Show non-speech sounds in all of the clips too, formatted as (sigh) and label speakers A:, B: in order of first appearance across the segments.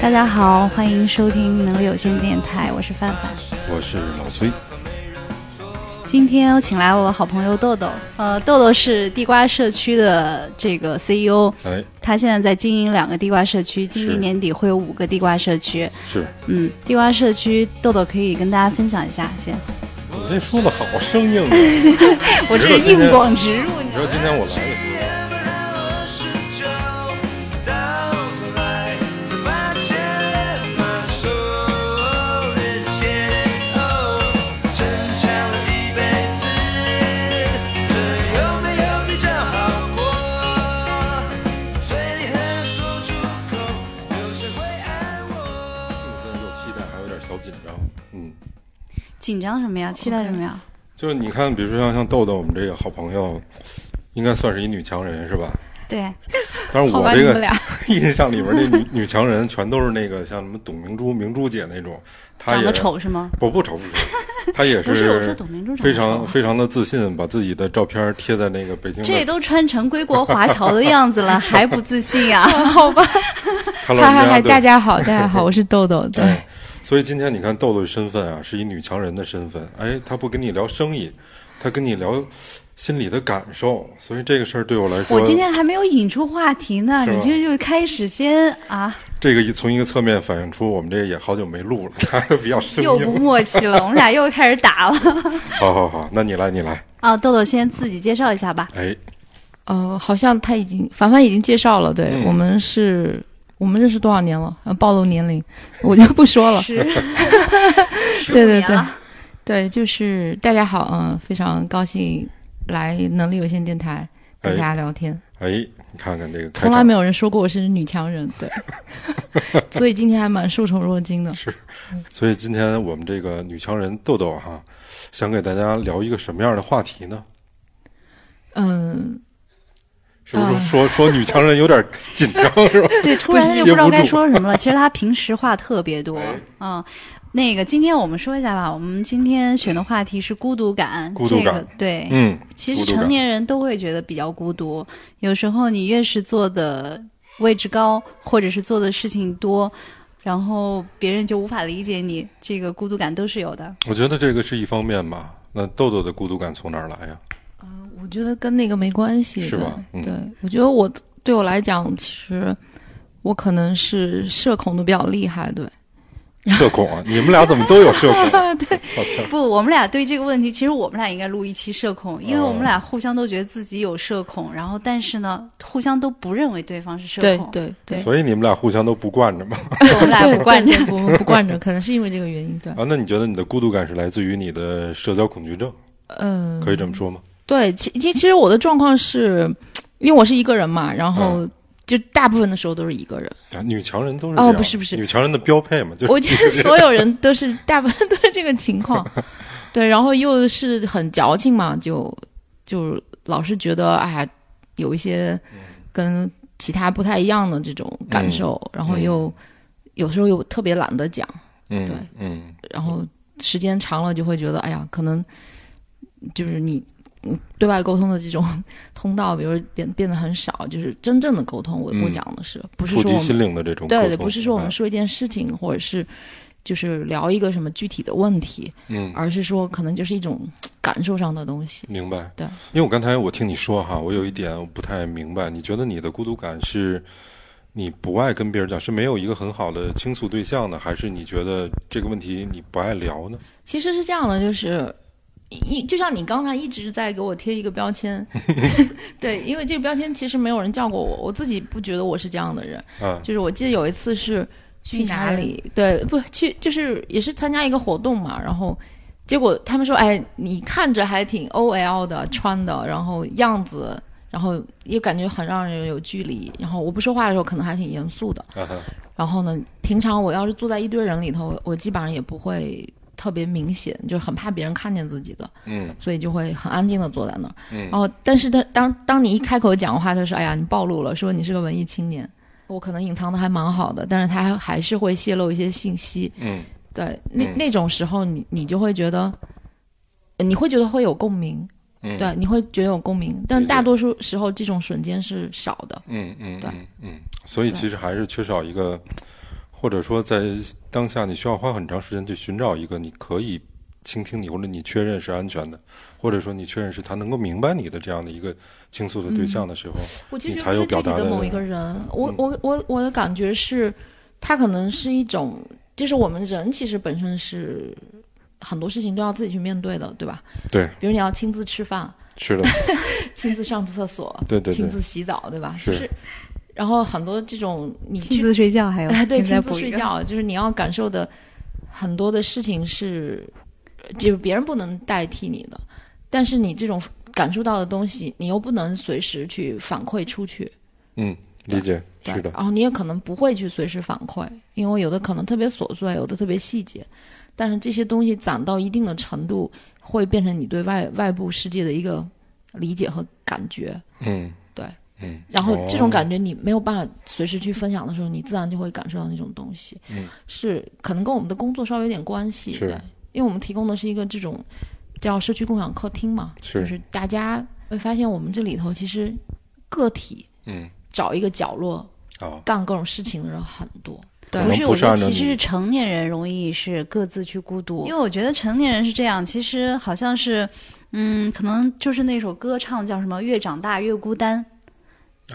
A: 大家好，欢迎收听能力有限电台，我是范范。
B: 我是老崔，
A: 今天我请来我的好朋友豆豆，呃，豆豆是地瓜社区的这个 CEO，
B: 哎，
A: 他现在在经营两个地瓜社区，今
B: 是
A: 年年底会有五个地瓜社区。
B: 是
A: 嗯，地瓜社区豆豆可以跟大家分享一下先。
B: 你这说的好生硬啊！你
A: 我这是硬广植入，你知
B: 知道今天我来的时
C: 哦
B: 候，又兴奋又期待，还有点小紧张。嗯，
A: 紧张什么呀？期待什么呀？
B: 就是你看，比如说像像豆豆，我们这个好朋友，应该算是一女强人是吧？
A: 对，
B: 但是
A: 好
B: 我
A: 吧，
B: 这
A: 你们
B: 个
A: 俩
B: (laughs) 印象里边那女女强人，全都是那个像什么董明珠、明珠姐那种，她
A: 长得
B: 也
A: 丑是吗？
B: 不不丑不丑，
A: (laughs)
B: 她也
A: 不是我说董明珠长得
B: 非
A: 丑
B: 常非常的自信，把自己的照片贴在那个北京
A: 这
B: 的
A: 都穿成归国华侨的样子了，还不自信啊呀、好
B: (laughs)
A: 吧，
B: 她老
D: 嗨
B: 人家
D: 嗨嗨，
B: 对
D: 大家好，大
B: (laughs)
D: 家好，我是豆豆。 (laughs) 对，
B: 哎，所以今天你看豆豆的身份啊，是以女强人的身份。哎，她不跟你聊生意，她跟你聊心里的感受。所以这个事儿对我来说，
A: 我今天还没有引出话题呢，
B: 是吧
A: 你这就开始先啊，
B: 这个从一个侧面反映出我们这个也好久没录了， (laughs) 大家比较生
A: 又不
B: 硬。
A: 默契了，我们俩又开始打了。 (laughs)
B: 好好好，那你来，你来。
A: 啊，豆豆先自己介绍一下吧。
B: 哎，
D: 呃，好像他已经凡凡已经介绍了，对、
B: 嗯
D: 我们是，我们认识多少年了？呃暴露年龄，我就不说了。
A: 十，
D: 对
A: 15
D: 对
A: 年
D: 对
A: 了，
D: 对，就是大家好，嗯、非常高兴来能力有限电台跟
B: 哎
D: 大家聊天。
B: 哎，你看看这个开
D: 从来没
B: 有。
D: 有人说过我是女强人，
B: (laughs)
D: 对， (laughs) 所以今天还蛮受宠若惊的。
B: 所以今天我们这个女强人豆豆哈，想给大家聊一个什么样的话题呢？
D: 嗯、
B: 是不是
D: 啊
B: 说、 (laughs) 说女强人有点紧张是吧？
A: (laughs) 对，突然就不知道该说什么了。其实他平时话特别多
B: 哎，
A: 嗯。那个，今天我们说一下吧。我们今天选的话题是孤独感，
B: 孤独
A: 这个
B: 感
A: 对，
B: 嗯，
A: 其
B: 孤
A: 实
B: 独感
A: 成年人都会觉得比较孤独，有时候你越是做的位置高，或者是做的事情多，然后别人就无法理解你，这个孤独感都是有的。
B: 我觉得这个是一方面吧。那豆豆的孤独感从哪儿来呀？
D: 呃我觉得跟那个没关系，
B: 是吧
D: 对
B: 嗯
D: 对，我觉得我对我来讲，其实我可能是社恐的比较厉害，对，
B: 社恐啊！你们俩怎么都有社恐？啊
D: (laughs) 对，
B: 抱歉，
A: 不，我们俩对这个问题，其实我们俩应该录一期社恐，因为我们俩互相都觉得自己有社恐，然后但是呢，互相都不认为对方是社
D: 对
A: 恐，
D: 对对，
B: 所以你们俩互相都不惯着嘛。
A: 对我们俩不惯着。
D: 对不不惯着，可能是因为这个原
B: (laughs)
D: 因，对，
B: 啊，那你觉得你的孤独感是来自于你的社交恐惧症？
D: 嗯，
B: 可以这么说吗？
D: 对，其其其实我的状况是，因为我是一个人嘛，然
B: 嗯
D: 后就大部分的时候都是一个人，
B: 啊，女强人都是
D: 哦
B: 这样
D: 不是不是
B: 女强人的标配嘛，就是
D: 我觉得所有人都是大部分都是这个情
B: (laughs)
D: 况，对，然后又是很矫情嘛，就就老是觉得哎呀，有一些跟其他不太一样的这种感受，然后又、有时候又特别懒得讲，
B: 嗯
D: 对
B: 嗯，
D: 然后时间长了就会觉得哎呀，可能就是你。嗯对外沟通的这种通道，比如变变得很少，就是真正的沟通。我、我
B: 嗯
D: 讲的是，不是
B: 触及
D: 说我们
B: 心灵的这种
D: 对
B: 沟
D: 对，
B: 通
D: 不是说我
B: 啊
D: 们说一件事情，或者是就是聊一个什么具体的问题，
B: 嗯
D: 而是说可能就是一种感受上的东西。
B: 明白
D: 对，
B: 因为我刚才我听你说哈，我有一点我不太明白，你觉得你的孤独感是你不爱跟别人讲，是没有一个很好的倾诉对象呢，还是你觉得这个问题你不爱聊呢？
D: 其实是这样的，就是一就像你刚才一直在给我贴一个
B: (laughs)
D: 标签， (laughs) 对，因为这个标签其实没有人叫过我，我自己不觉得我是这样的人。
B: 啊，
D: 就是我记得有一次是去
A: 去哪
D: 哪里，对，不去就是也是参加一个活动嘛，然后结果他们说，哎，你看着还挺 OL 的，穿的，然后样子，然后又感觉很让人有距离，然后我不说话的时候可能还挺严肃的，
B: 啊哈
D: 然后呢，平常我要是坐在一堆人里头，我基本上也不会特别明显，就是很怕别人看见自己的，
B: 嗯
D: 所以就会很安静的坐在那儿。然
B: 嗯
D: 后，但是他当当你一开口讲话，他说：“哎呀，你暴露了，说你是个文艺青年。”我可能隐藏的还蛮好的，但是他还是会泄露一些信息。
B: 嗯，
D: 对，那、
B: 嗯
D: 那种时候你，你就会觉得，呃你会觉得会有共鸣，
B: 嗯
D: 对，你会觉得有共鸣，但
B: 理解
D: 大多数时候这种瞬间是少的。
B: 嗯嗯
D: 对
B: 嗯嗯，所以其实还是缺少一个或者说在当下你需要花很长时间去寻找一个你可以倾听你或者你确认是安全的，或者说你确认是他能够明白你的这样的一个倾诉的对象的时候，
D: 我其
B: 你
D: 实
B: 才有
D: 对
B: 表
D: 这
B: 达
D: 里
B: 的
D: 的某一
B: 那
D: 个人，我
B: 嗯
D: 我我我的感觉是，他可能是一种，就是我们人其实本身是很多事情都要自己去面对的，对吧？
B: 对，
D: 比如你要亲自吃饭，
B: 是
D: (laughs)
B: 的，
D: 亲自上厕所，
B: 对 (laughs) 对
D: 亲
B: 对，
D: 自洗澡，对吧？
B: 是
D: 就是，然后很多这种你
A: 亲
D: 去
A: 自睡觉还有
D: (laughs) 哎，对，
A: 你再
D: 亲自
A: 补一
D: 睡
A: 个
D: 觉，就是你要感受的很多的事情是，就是别人不能代替你的，但是你这种感受到的东西，你又不能随时去反馈出去，
B: 嗯，理解，
D: 对
B: 是的，
D: 然后你也可能不会去随时反馈，因为有的可能特别琐碎，有的特别细节，但是这些东西攒到一定的程度，会变成你对外外部世界的一个理解和感觉。
B: 嗯，
D: 对，
B: 嗯，
D: 然后这种
B: 觉，
D: 感觉你没有办法随时去分享的时候，你自然就会感受到那种东西。
B: 嗯，
D: 是可能跟我们的工作稍微有点关系，
B: 是
D: 对，因为我们提供的是一个这种叫社区共享客厅嘛，
B: 是
D: 就是大家会发现我们这里头其实个体
B: 嗯，哦
D: 找一个角落
B: 好，
D: 干各种事情的人很多。对
B: 可
A: 不
B: 能
A: 是，
B: 不
A: 我
B: 是
A: 觉得
B: 按照
A: 其
B: 你
A: 实是
E: 成年人容易是各自去孤独
A: 因，为我觉得成年人是这样，其实好像是，嗯，可能就是那首歌唱的叫什么“越长大越孤单”，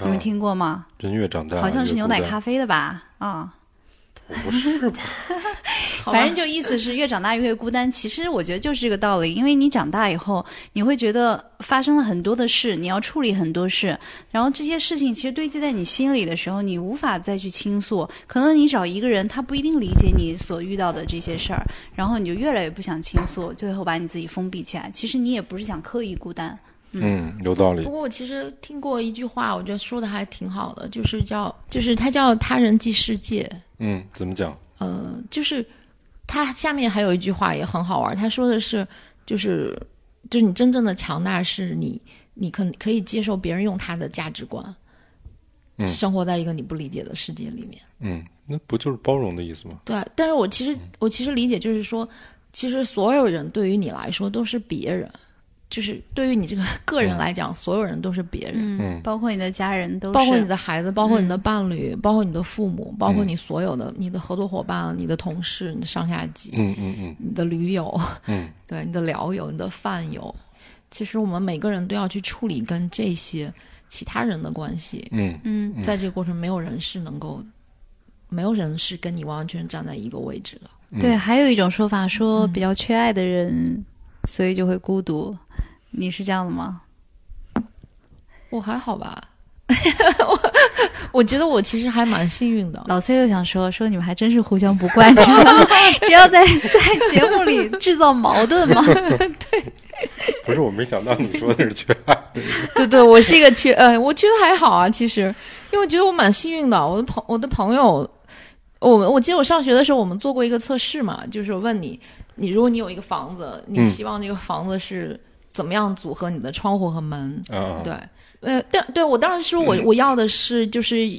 A: 你们
B: 啊
A: 听过吗？
B: 人越长大，
A: 好像是牛奶咖
B: 啡，
A: 啡的吧？啊，
B: 不是
D: (laughs)
B: 吧？
A: 反正就意思是越长大越孤单。其实我觉得就是这个道理，因为你长大以后，你会觉得发生了很多的事，你要处理很多事，然后这些事情其实堆积在你心里的时候，你无法再去倾诉。可能你找一个人，他不一定理解你所遇到的这些事儿，然后你就越来越不想倾诉，最后把你自己封闭起来。其实你也不是想刻意孤单，
B: 嗯，有道理
D: 不，过我其实听过一句话，我觉得说的还挺好的，就是叫就是它叫他人即世界，
B: 嗯，怎么讲？
D: 呃，就是他下面还有一句话也很好玩，他说的是，就是就是你真正的强大是你你可可以接受别人用他的价值观，
B: 嗯
D: 生活在一个你不理解的世界里面。
B: 嗯，那不就是包容的意思吗？
D: 对，但是我其实我其实理解就是说，其实所有人对于你来说都是别人，就是对于你这个 (laughs) 个人来讲，所有人都是别人。
B: 嗯
A: 包括你的家人都是，嗯
D: 包括你的孩子，包括你的伴侣，包括你的父母，包括你所有的、你的合作伙伴、你的同事、你的上下级，
B: 嗯嗯嗯
D: (laughs) 你的驴友，
B: 嗯，
D: 对，你的聊友，你的饭友，其实我们每个人都要去处理跟这些其他人的关系，
B: 嗯，
A: 嗯，
D: 在这个过程，没有人是能够，没有人是跟你完完全全站在一个位置的。
B: 嗯
A: 对，，还有一种说法说比较缺爱的人，所以就会孤独。你是这样的吗？
D: 我还好吧， (laughs) 我我觉得我其实还蛮幸运的。
A: 老崔又想说说你们还真是互相不惯，知道 (laughs) 吗？只要在在节目里制造矛盾嘛。
B: 不是，我没想到你说的是缺爱，
D: (laughs) 对对，我是一个缺，呃，我觉得还好啊，其实，因为我觉得我蛮幸运的。啊我的朋，我的朋友，我们我记得我上学的时候，我们做过一个测试嘛，就是问你，你如果你有一个房子，你
B: 嗯
D: 希望这个房子是怎么样组合你的窗户和门？
B: (laughs) 啊，
D: 对，呃，但对我当时说我我要的是就是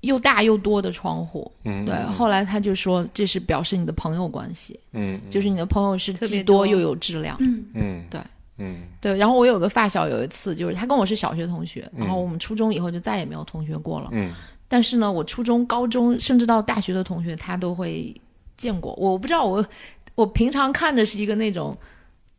D: 又大又多的窗户，
B: 嗯，
D: 对。啊
B: 嗯
D: 后来他就说这是表示你的朋友关系，
B: 嗯，嗯
D: 就是你的朋友是
A: 特别
D: 既多
A: 多
D: 又有质量。
B: 嗯，
D: 对，
B: 嗯
D: 对，然后我有个发小，有一次就是他跟我是小学同学，然后我们初中以后就再也没有同学过了。
B: 嗯
D: 但是呢，我初中、高中甚至到大学的同学，他都会见过。我不知道我，我平常看着是一个那种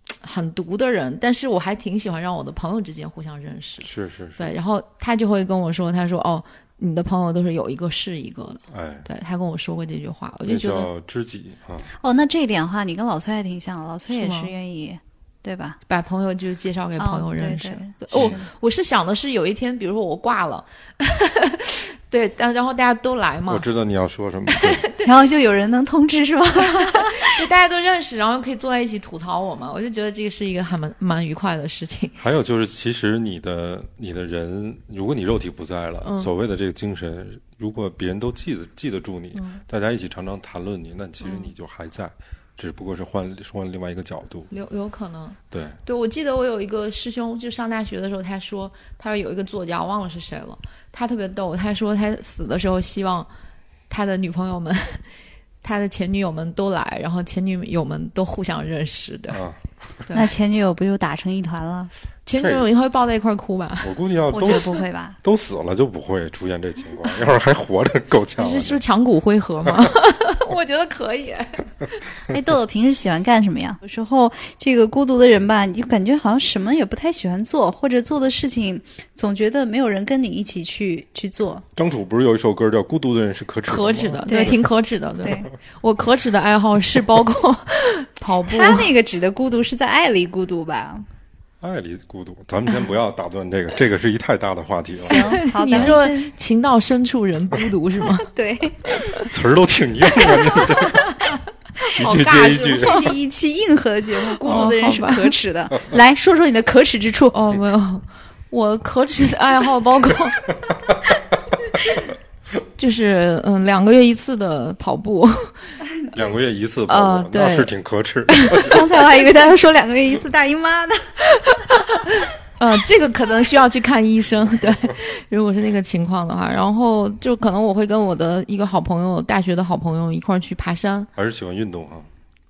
D: 嘖很毒的人，但是我还挺喜欢让我的朋友之间互相认识。
B: 是是是，
D: 对，然后他就会跟我说，他说：“哦，你的朋友都是有一个是一个的。
B: 哎”，
D: 对他跟我说过这句话，我就
B: 那
D: 觉得
B: 叫知己啊，
A: (laughs) 哦，那这一点的话，你跟老崔还挺像的，老崔也
D: 是吗
A: 是愿意，对吧？
D: 把朋友就是介绍给朋友
A: 哦对
D: 认识。
A: 对
D: 对我
A: 是
D: 我是想的是有一天，比如说我挂了， (laughs) 对，但然后大家都来
B: 我
D: 嘛，
B: 知道你要说什么，
A: 然后就有人能通知是吧？
D: 就大家都认识，然后可以坐在一起吐槽我嘛，我就觉得这个是一个还蛮蛮愉快的事情。
B: 还有就是，其实你的你的人，如果你肉体不在了，所谓的这个精神，如果别人都记得记得住你，大家一起常常谈论你，那其实你就还在，只不过是换换另外一个角度。
D: (laughs) 有有可能，
B: 对，
D: 对我记得我有一个师兄，就上大学的时候，他说他说有一个作家，我忘了是谁了，他特别逗，他说他死的时候希望他的女朋友们。 (laughs) 他的前女友们都来，然后前女友们都互相认识的，
B: 啊，
D: 对
A: 那前女友不就打成一团了？
D: 前女友你会抱在一块儿哭吧？
B: 我估计要
A: 我
B: 哦都
A: 觉得不会
B: (laughs)
A: 吧？
B: 都死了就不会出现这情况，要是还活着够呛
D: 这
B: 了。
D: 是是不是强骨灰盒吗？ (laughs) 我觉得可以。
A: 哎，豆豆平时喜欢干什么呀？有时候这个孤独的人吧，你就感觉好像什么也不太喜欢做，或者做的事情总觉得没有人跟你一起去去做。
B: 张楚不是有一首歌叫《孤独的人是可耻》
D: 可耻
B: 的吗，
D: 的，
A: 对
D: 对，挺可耻的。
A: 对，
D: 我可耻的爱好是包括 (laughs) 跑步。
A: 他那个指的孤独是在爱里孤独吧？
B: 爱里孤独。咱们先不要打断
D: (laughs)
B: 这个，这个是一太大的话题了，
A: 行， (laughs) 好，
D: 你
A: 咱们
D: 说
A: 先
D: 情到深处人孤独是吗？
A: 对，
B: 词儿都挺硬的，
D: (laughs)
B: 你
D: 好
B: 这一句
D: 尬
B: 接一
D: 是
B: 句
D: 吗。
A: 这是一期硬核节目，孤独的人是
D: 哦好吧
A: 可耻的。 (laughs) 来说说你的可耻之处。
D: (laughs) (laughs) 哦，没有，我可耻的爱好包括，就是嗯，两个月一次的跑步。 (laughs)
B: 两个月一次包裹
D: 啊，对
B: 那是挺可
D: (laughs)
B: 耻的。
A: 刚才我还以为大家说两个月一次大姨妈呢。
D: 呃，这个可能需要去看医生。 (laughs) 对，如果是那个情况的话，然后就可能我会跟我的一个好朋友，大学的好朋友一块儿去爬山。
B: 还是喜欢运动啊，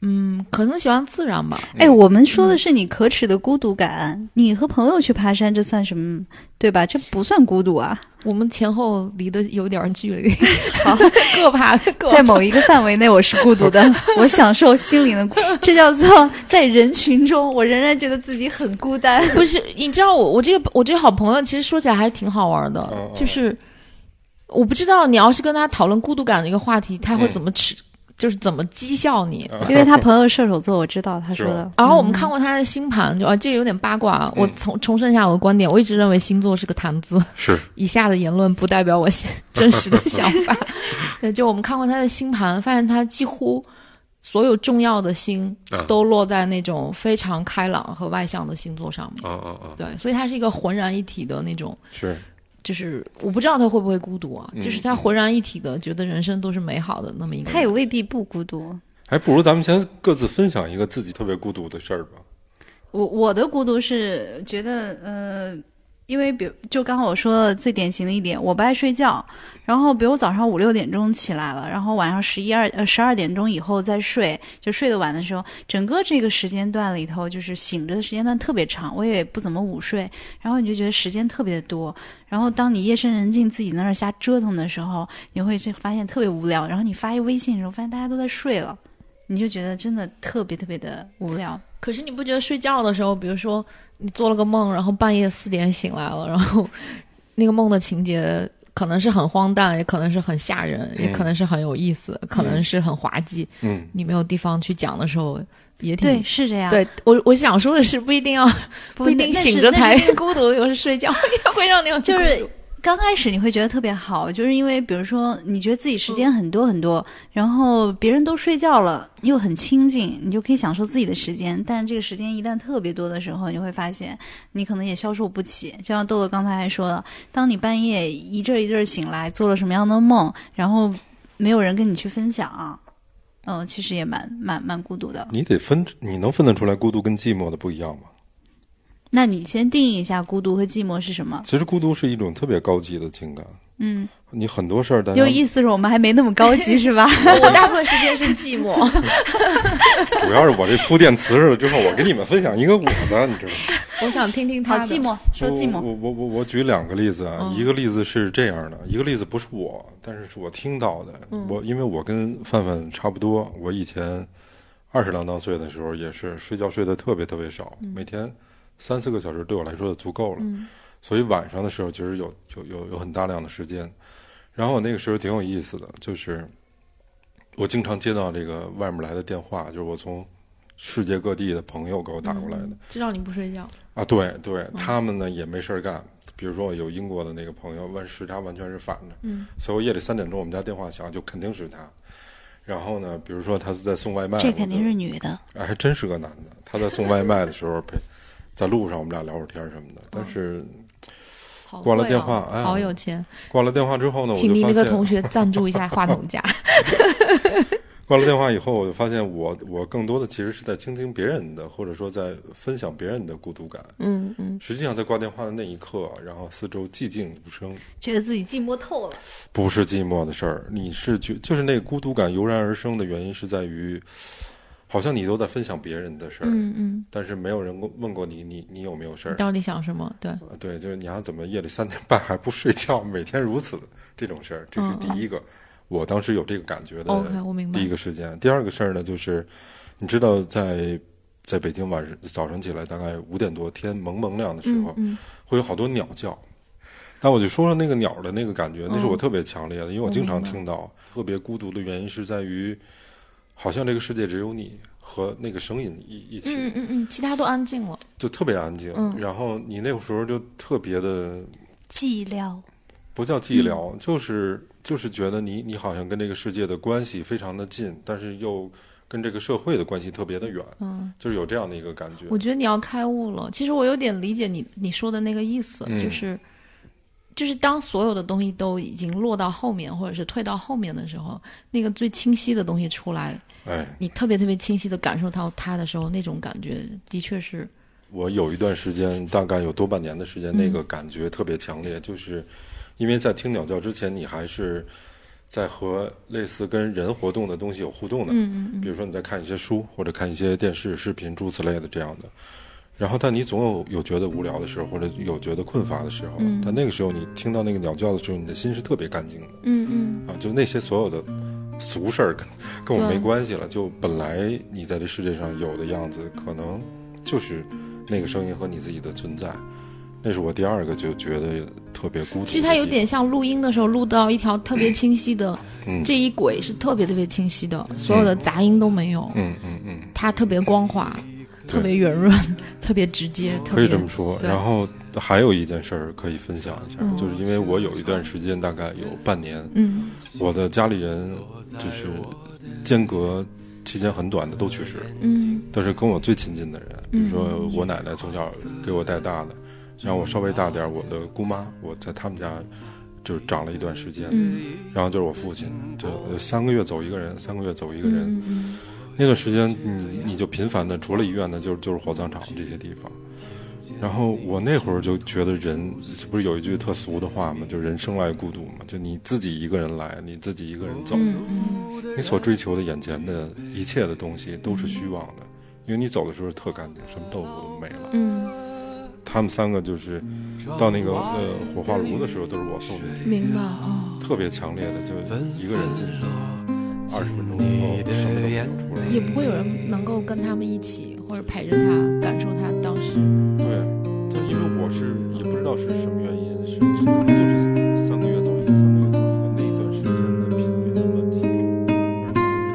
D: 嗯，可能喜欢自然吧。
A: 哎，我们说
D: 嗯
A: 的是你可耻的孤独感，你和朋友去爬山，这算什么？对吧？这不算孤独啊，
D: 我们前后离得有点儿距
A: (laughs)
D: 离，好，各爬各
A: 在某一个范围内我是孤独 (laughs) 的，我享受心灵的孤，这叫做在人群中，我仍然觉得自己很孤单。
D: (laughs) 不是，你知道我我这个我这个好朋友，其实说起来还挺好玩的，
B: 嗯嗯
D: 就是我不知道你要是跟他讨论孤独感的一个话题，他会怎么吃，就是怎么讥笑你。
A: 因为他朋友射手座，我知道他说的。嗯
D: 然后我们看过他的星盘，就啊，这个有点八卦啊。我重重申一下我的观点，我一直认为星座是个谈资。
B: 是
D: 以下的言论不代表我现真实的想法。 (laughs) 对，就我们看过他的星盘，发现他几乎所有重要的星
B: 啊
D: 都落在那种非常开朗和外向的星座上面。
B: 啊啊啊，
D: 对，所以他是一个浑然一体的那种，
B: 是
D: 就是我不知道他会不会孤独啊，
B: 嗯
D: 就是他浑然一体的，觉得人生都是美好的那么一个人。
A: 他也未必不孤独。
B: 还不如咱们先各自分享一个自己特别孤独的事儿吧。
A: 我我的孤独是觉得，呃，因为比如就刚刚我说的最典型的一点，我不爱睡觉，然后比如我早上五六点钟起来了，然后晚上十一二呃十二点钟以后再睡，就睡得晚的时候，整个这个时间段里头，就是醒着的时间段特别长，我也不怎么午睡，然后你就觉得时间特别的多，然后当你夜深人静自己在那儿瞎折腾的时候，你会去发现特别无聊，然后你发一微信的时候，发现大家都在睡了。你就觉得真的特别特别的无聊，
D: 可是你不觉得睡觉的时候，比如说你做了个梦，然后半夜四点醒来了，然后那个梦的情节可能是很荒诞，也可能是很吓人，也可能是很有意思，可能是很滑稽，
B: 嗯，
D: 你没有地方去讲的时候，也挺
A: 对，。是这样。
D: 对我，我想说的是，不一定要不一定
A: 那
D: 醒
A: 是
D: 着
A: 那
D: 才
A: 是
D: 孤独，有时睡觉也会让你有
A: (laughs) 就
D: 孤
A: 是
D: 独
A: 刚开始你会觉得特别好，就是因为比如说你觉得自己时
D: 嗯
A: 间很多很多，然后别人都睡觉了，又很清静，你就可以享受自己的时间。但是这个时间一旦特别多的时候，你会发现你可能也消受不起。就像豆豆刚才还说的，当你半夜一阵儿一阵儿醒来，做了什么样的梦，然后没有人跟你去分享，嗯、其实也蛮蛮蛮孤独的。
B: 你得分，你能分得出来孤独跟寂寞的不一样吗？
A: 那你先定义一下孤独和寂寞是什么？
B: 其实孤独是一种特别高级的情感，
A: 嗯，
B: 你很多事儿大家
A: 就是意思是我们还没那么高级，是吧？
D: 我大部分时间是寂寞。
B: 主要是我这铺垫词了之后，我给你们分享一个我的，你知道吗？
D: 我想听听
A: 好
D: 他的
A: 寂。寞，说寂寞。
B: 我我我我我举两个例子啊，一个例子是这样的，一个例子不是我，但是是我听到的。我因为我跟范范差不多，我以前二十郎当岁的时候也是睡觉睡得特别特别少，每天三四个小时对我来说就足够了。所以晚上的时候其实有有有有很大量的时间。然后我那个时候挺有意思的，就是我经常接到这个外面来的电话，就是我从世界各地的朋友给我打过来的。
D: 知道你不睡觉，
B: 啊，对对，他们呢也没事儿干。比如说我有英国的那个朋友，问时差完全是反着，
D: 嗯，
B: 所以我夜里三点钟我们家电话响，就肯定是他。然后呢，比如说他是在送外卖，
A: 这
B: 我
A: 肯
B: 就
A: 定是女的，
B: 哎，还真是个男的。他在送外卖的时候陪，在路上我们俩聊会儿天儿什么的。但是
D: 好
B: 挂了
D: 贵哦
B: 电话哎呀
D: 好有钱，
B: 挂了电话之后呢，我就
D: 请你
B: 发
D: 那个
B: 现
D: 同学赞助一下话筒架。
B: (laughs) 挂了电话以后，我就发现我我更多的其实是在倾听别人的，或者说在分享别人的孤独感。
D: 嗯嗯，
B: 实际上，在挂电话的那一刻，然后四周寂静无声，
A: 觉得自己寂寞透了。
B: 不是寂寞的事儿，你是觉就是那个孤独感油然而生的原因是在于，好像你都在分享别人的事儿，
D: 嗯嗯，
B: 但是没有人问过你，你你有没有事
D: 你
B: 儿？
D: 到底想什么？对，
B: 呃对， (laughs) 就是你还怎么夜里三点半还不睡觉，每天如此这种事儿，这是第一个。我当时有这个感觉的
D: OK，我明哦白
B: 第一。个事件。第二个事儿呢，就是你知道在在北京晚上早上起来大概五点多天蒙蒙亮的时候，
D: 嗯
B: 会有好多鸟叫。那我就说说那个鸟的那个感觉，那是
D: 嗯
B: 我特别强烈的，因为我经常听到。特别孤独的原因是在于，好像这个世界只有你和那个声音一一起，
D: 嗯嗯嗯嗯，其他都安静了。
B: 就特别安静。
D: 嗯
B: 然后你那个时候就特别的
A: 寂寥。
B: 不叫
D: 嗯
B: 寂寥，就是就是觉得你你好像跟这个世界的关系非常的近，但是又跟这个社会的关系特别的远，
D: 嗯，
B: 就是有这样的一个感觉。
D: 我觉得你要开悟了。其实我有点理解你你说的那个意思，
B: 嗯
D: 就是就是当所有的东西都已经落到后面，或者是退到后面的时候，那个最清晰的东西出来，
B: 哎，
D: 你特别特别清晰的感受到它的时候，那种感觉的确是，
B: 我有一段时间，大概有多半年的时间，
D: 嗯
B: 那个感觉特别强烈，就是因为在听鸟叫之前，你还是在和类似跟人活动的东西有互动的，
D: 嗯嗯
B: 比如说你在看一些书或者看一些电视、视频诸此类的这样的。然后，但你总有有觉得无聊的时候，或者有觉得困乏的时候。
D: 嗯
B: 但那个时候，你听到那个鸟叫的时候，你的心是特别干净的
D: 嗯嗯
B: 啊！就那些所有的俗事儿跟跟我
D: 对
B: 没关系了。就本来你在这世界上有的样子，可能就是那个声音和你自己的存在。那是我第二个就觉得特别孤独的地方。
D: 其实它有点像录音的时候录到一条特别清晰的，
B: 嗯
D: 这一轨是特别特别清晰的，所有的杂音都没有，
B: 嗯嗯嗯，
D: 它特别光滑，
B: 对
D: 特别圆润，特别直接，特
B: 可以
D: 别
B: 这么说。
D: 对
B: 然后还有一件事儿可以分享一下，
D: 嗯
B: 就是因为我有一段时间，大概有半年，
D: 嗯
B: 我的家里人就是间隔期间很短的都去世，
D: 嗯。
B: 但是跟我最亲近的人，比如说我奶奶从小给我带大的，然后我稍微大点儿，我的姑妈，我在他们家就是长了一段时间，
D: 嗯
B: 然后就是我父亲，就呃三个月走一个人，三个月走一个人，
D: 嗯嗯
B: 那段时间你你就频繁的，除了医院呢，就是就是火葬场这些地方。然后我那会儿就觉得人，不是有一句特俗的话嘛，就人生来孤独嘛，就你自己一个人来，你自己一个人走，
D: 嗯
B: 你所追求的眼前的一切的东西都是虚妄的，因为你走的时候特干净，什么都没了。
D: 嗯，
B: 他们三个就是到那个呃火化炉的时候，都是我送进去，
D: 明白啊、
B: 特别强烈的，就一个人进去，二十分钟以后
C: 你
B: 什么都
C: 的
B: 没有
C: 眼
B: 出来。
D: 也不会有人能够跟他们一起或者陪着他，感受他当时。
B: 对，就因为我是也不知道是什么原因，是是可能就是三个月走一个，三个月走一个，那一段时间的频率那么激烈。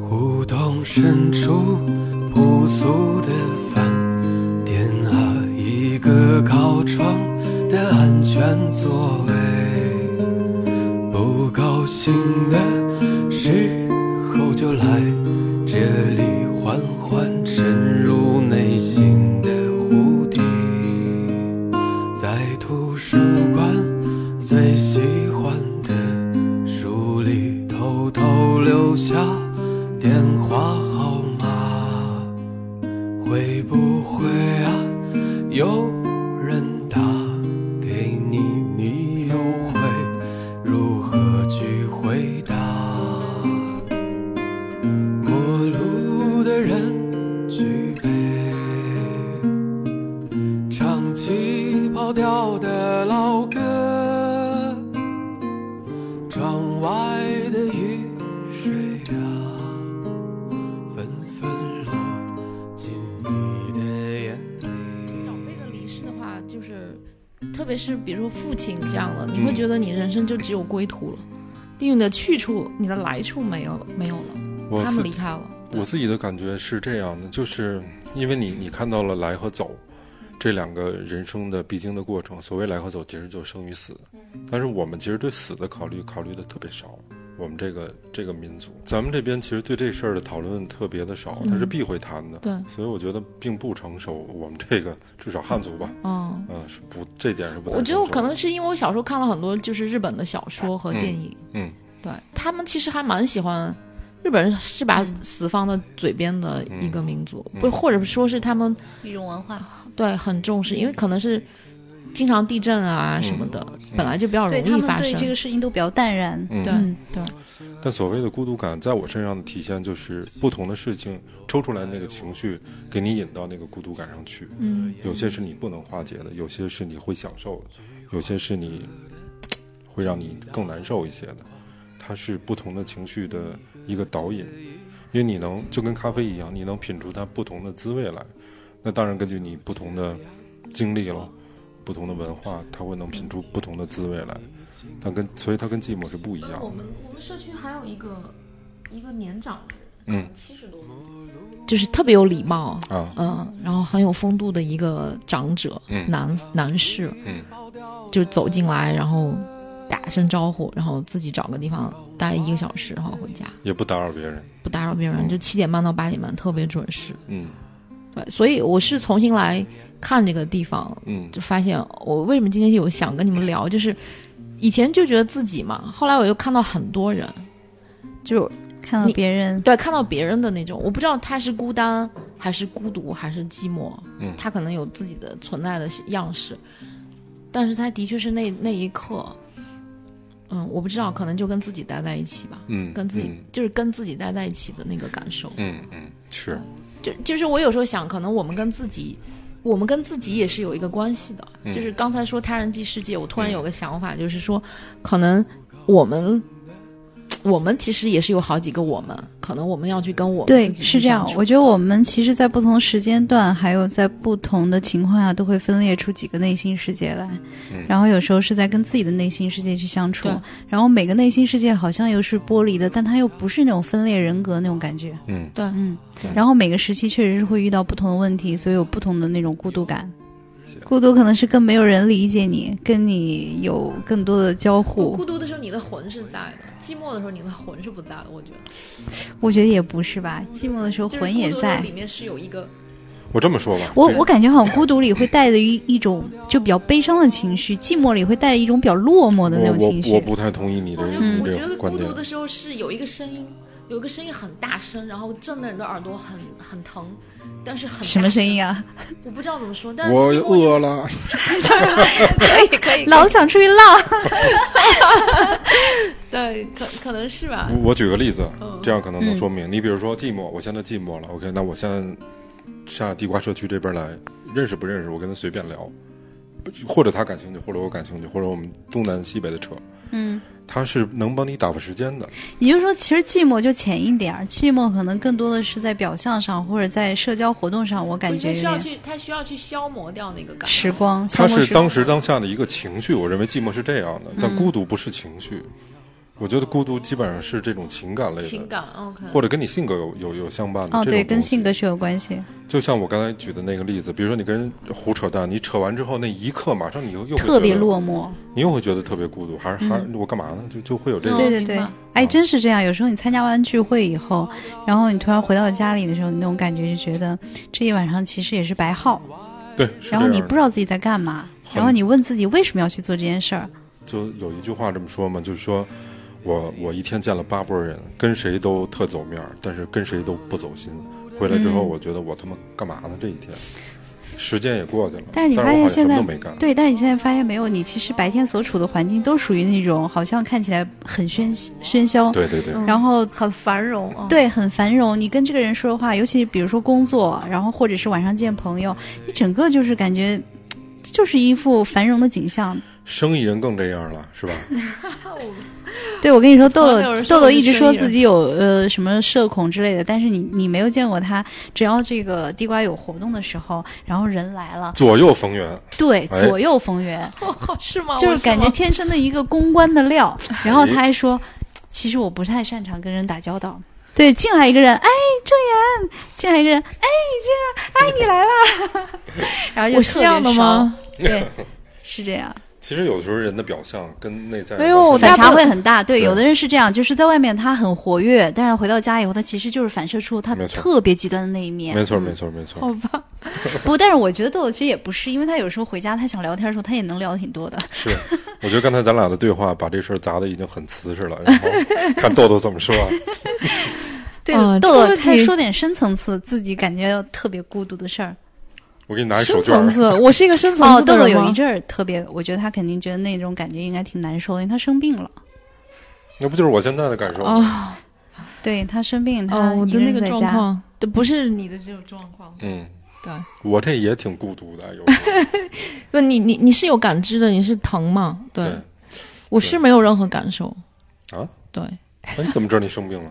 C: 胡同深处朴素的饭店和啊一个靠窗的安全座位。不高兴的时候就来这里，缓缓沉入内心的湖底。在图书馆最喜欢的书里，偷偷留下电话号码。会不会啊，有人打给你，你又会如何去回答？陌路的人举杯。唱起跑调的老歌，窗外的雨水啊，纷纷落进你的眼里。
D: 长辈的离世的话，就是特别是比如说父亲这样的，你
B: 嗯
D: 会觉得你人生就只有归途了，因为你的去处、你的来处没有没有了，
B: 我
D: 他
B: 自
D: 们离开了。
B: 我自己的感觉是这样的，就是因为你你看到了来和走
D: 嗯
B: 这两个人生的必经的过程。所谓来和走，其实就是生与死。
D: 嗯
B: 但是我们其实对死的考虑考虑的特别少。我们这个这个民族，咱们这边其实对这事儿的讨论特别的少，它是
D: 嗯
B: 避讳谈的。
D: 对
B: 所以我觉得并不成熟。我们这个至少汉族吧，
D: 嗯，
B: 嗯，是不这点是不太
D: 我觉得
B: 成
D: 我
B: 熟
D: 可能是因为我小时候看了很多就是日本的小说和电影，
B: 嗯嗯
D: 对他们其实还蛮喜欢。日本人是把死放在嘴边的一个民族，
B: 嗯
D: 不，或者说是他们
A: 一种文化，
D: 对，很重视，因为可能是经常地震啊什么的，本来就比较容
A: 对他
D: 易
A: 们
D: 发
A: 对
D: 生。
A: 这个事情都比较淡然。
B: 嗯
D: 对
A: 嗯，
D: 对
B: 但所谓的孤独感，在我身上的体现就是不同的事情抽出来那个情绪，给你引到那个孤独感上去。
D: 嗯，
B: 有些是你不能化解的，有些是你会享受的，有些是你会让你更难受一些的。它是不同的情绪的一个导引，因为你能就跟咖啡一样，你能品出它不同的滋味来。那当然，根据你不同的经历了，不同的文化，它会能品出不同的滋味来。它跟所以它跟寂寞是不一样的。
D: 我们社区还有一个一个年长的
B: 嗯
D: 七十多，就是特别有礼貌，
B: 啊，
D: 嗯，然后很有风度的一个长者，
B: 嗯
D: 男男士，
B: 嗯，
D: 就走进来，然后打声招呼，然后自己找个地方待一个小时，然后回家，
B: 也不打扰别人。
D: 不打扰别人，就七点半到八点半，特别准时。
B: 嗯
D: 对，所以我是重新来看这个地方，
B: 嗯
D: 就发现我为什么今天有想跟你们聊，就是以前就觉得自己嘛，后来我又看到很多人，就
A: 看到别人，
D: 对，看到别人的那种，我不知道他是孤单还是孤独还是寂寞，
B: 嗯
D: 他可能有自己的存在的样式，但是他的确是那那一刻，嗯，我不知道，可能就跟自己待在一起吧，
B: 嗯，
D: 跟自己、
B: 嗯
D: 就是跟自己待在一起的那个感受，
B: 嗯嗯是
D: 就就是我有时候想，可能我们跟自己。我们跟自己也是有一个关系的，
B: 嗯
D: 就是刚才说他人即世界，我突然
B: 嗯
D: 有个想法，就是说，可能我们，我们其实也是有好几个我们，可能我们要去跟我们
A: 对
D: 自，己去
A: 是这样
D: 相。处
A: 我觉得我们其实，在不同时间段，还有在不同的情况下，都会分裂出几个内心世界来。
B: 嗯
A: 然后有时候是在跟自己的内心世界去相处
D: 对，
A: 然后每个内心世界好像又是剥离的，但它又不是那种分裂人格那种感觉。
B: 嗯
D: 对，
A: 嗯
B: 对，
A: 然后每个时期确实是会遇到不同的问题，所以有不同的那种孤独感。孤独可能是更没有人理解你，跟你有更多的交
D: 孤
A: 互
D: 孤。独的时候，你的魂是在的；寂寞的时候，你的魂是不在的。我觉得，
A: 我觉得也不是吧，寂寞的时候
D: 就是
A: 魂
D: 孤
A: 也
D: 独的时候
A: 在
D: 里。面是有一个
B: 我这么说吧，
A: 我
B: 这
A: 我感觉好像孤独里会带着一一种就比较悲伤的情绪，寂寞里会带着一种比较落寞的那
B: 我
A: 种情
B: 我我
A: 绪。
B: 不太同意你这个
D: 嗯
B: 你
D: 我
B: 这
D: 觉得
B: 个
D: 孤
B: 观点
D: 独。的时候是有一个声音，有一个声音很大声，然后震得人的耳朵很很疼，但是很
A: 什么声音
D: 啊？
A: 啊？
D: 我不知道怎么说，但是
B: 我
D: 寂寞就
B: 饿
D: (laughs)
B: 了，
D: 可以可以，
A: 老子想出去浪。
D: (laughs)
A: (laughs)
D: 对，可可能是吧
B: 我。我举个例子
D: 嗯，
B: 这样可能能说明。你比如说寂寞，我现在寂寞了，OK，那我现在下地瓜社区这边来，认识不认识，我跟他随便聊，或者他感兴趣，或者我感兴趣，或者我们东南西北的扯，
A: 嗯，
B: 他是能帮你打发时间的。
A: 也就是说，其实寂寞就浅一点儿，寂寞可能更多的是在表象上或者在社交活动上，我感
D: 我觉
A: 觉
D: 得
A: 有
D: 需要
A: 点
D: 去，他需要去消磨掉那个感觉。
A: 时光。消
B: 他
A: 磨
B: 是
A: 时嗯
B: 当
A: 光
B: 时当下的一个情绪，我认为寂寞是这样的，但孤独不是情绪。我觉得孤独基本上是这种情感类
D: 情
B: 的，
D: 感，OK。哦
B: 或者跟你性格有有有相伴的。
A: 哦，
B: 这种
A: 对，跟
B: 东西
A: 性格是有关系。
B: 就像我刚才举的那个例子，比如说你跟人胡扯淡，你扯完之后那一刻，马上你又又会
A: 特别
B: 觉得，
A: 落寞。嗯
B: 你又会觉得特别孤独，还是还是我干嘛呢？就就会有这
D: 嗯
B: 种
A: 对对对
D: 明白，
A: 哎，真是这样。有时候你参加完聚会以后，然后你突然回到家里的时候，你那种感觉就觉得这一晚上其实也是白耗，
B: 对，是
A: 然后
B: 这
A: 你
B: 样
A: 不
B: 的
A: 知道自己在干嘛，
B: 很
A: 然后你问自己为什么要去做这件事儿。
B: 就有一句话这么说嘛，就是说我我一天见了八波人，跟谁都特走面儿，但是跟谁都不走心。回来之后，
A: 嗯
B: 我觉得我他妈干嘛呢？这一天，时间也过去了，
A: 但是你
B: 我
A: 发现
B: 好像什
A: 现
B: 么
A: 在
B: 都没干。
A: 对，但是你现在发现没有，你其实白天所处的环境都属于那种好像看起来很喧喧嚣，
B: 对对对，
A: 然后
D: 很繁荣啊，
A: 嗯对，很繁荣。你跟这个人说的话，尤其比如说工作，然后或者是晚上见朋友，你整个就是感觉，就是一副繁荣的景象。
B: 生意人更这样了，是吧？ (laughs)
A: 对，我跟你说，豆
D: 从来没有
A: 豆
D: 人说
A: 豆
D: 我
A: 豆
D: 是
A: 一直
D: 生
A: 说
D: 意人
A: 自己有呃什么社恐之类的，但是你你没有见过他，只要这个地瓜有活动的时候，然后人来了，
B: 左右逢源，
A: 对，
B: 哎
A: 左右逢源，
D: (laughs) 是吗？
A: 就
D: 啊我
A: 是感
D: 吗
A: 觉天生的一个公关的料。然后
B: 哎
A: 他还说，其实我不太擅长跟人打交道。对，进来一个人，哎，郑源，进来一个人，哎，这样，哎，你来啦，然后就
D: 我是
A: 特
D: 这样的
A: 别
D: 吗？
A: 熟？对，是这样。
B: 其实有的时候人的表象跟内在的
D: 没有
B: 东西
D: 我
A: 反
D: 大
A: 差
D: 部
A: 会
D: 分
A: 很大。对，
B: 对
A: 有的人是这样，就是在外面他很活跃，但是回到家以后，他其实就是反射出他
B: 没错
A: 特别极端的那一面。
B: 没错没错没错，
A: 哦
D: 好吧，
A: 不，但是我觉得豆豆其实也不是，因为他有时候回家，他想聊天的时候，他也能聊的挺多的。
B: 是，我觉得刚才咱俩的对话把这事儿砸的已经很瓷实了，然后看豆豆怎么说。
A: 对
D: 啊
A: 豆
D: 这
A: 豆
D: 啊个
A: 他
D: 挺
A: 说点深层次，自己感觉特别孤独的事儿。
B: 我给你拿一手
D: 深
B: 绢
D: 层
B: 儿。
D: 次，我是一个深层
A: 哦，
D: 次的
A: 豆豆
D: 人
A: 有
D: 吗
A: 一阵儿特别，我觉得他肯定觉得那种感觉应该挺难受的，因为他生病了。
B: 那不就是我现在的感受吗？
A: 哦
D: 啊
A: 对他生病，他
D: 哦，我
A: 一
D: 的
A: 人
D: 那个
A: 在
D: 状
A: 家
D: 况，这不是你的这种状况。
B: 嗯，
D: 对，
B: 我这也挺孤独的，有时候
D: 不，你你你是有感知的，你是疼嘛？对，
B: 对。
D: 我是没有任何感受。
B: 啊？
D: 对，
B: 那你怎么知道你生病了？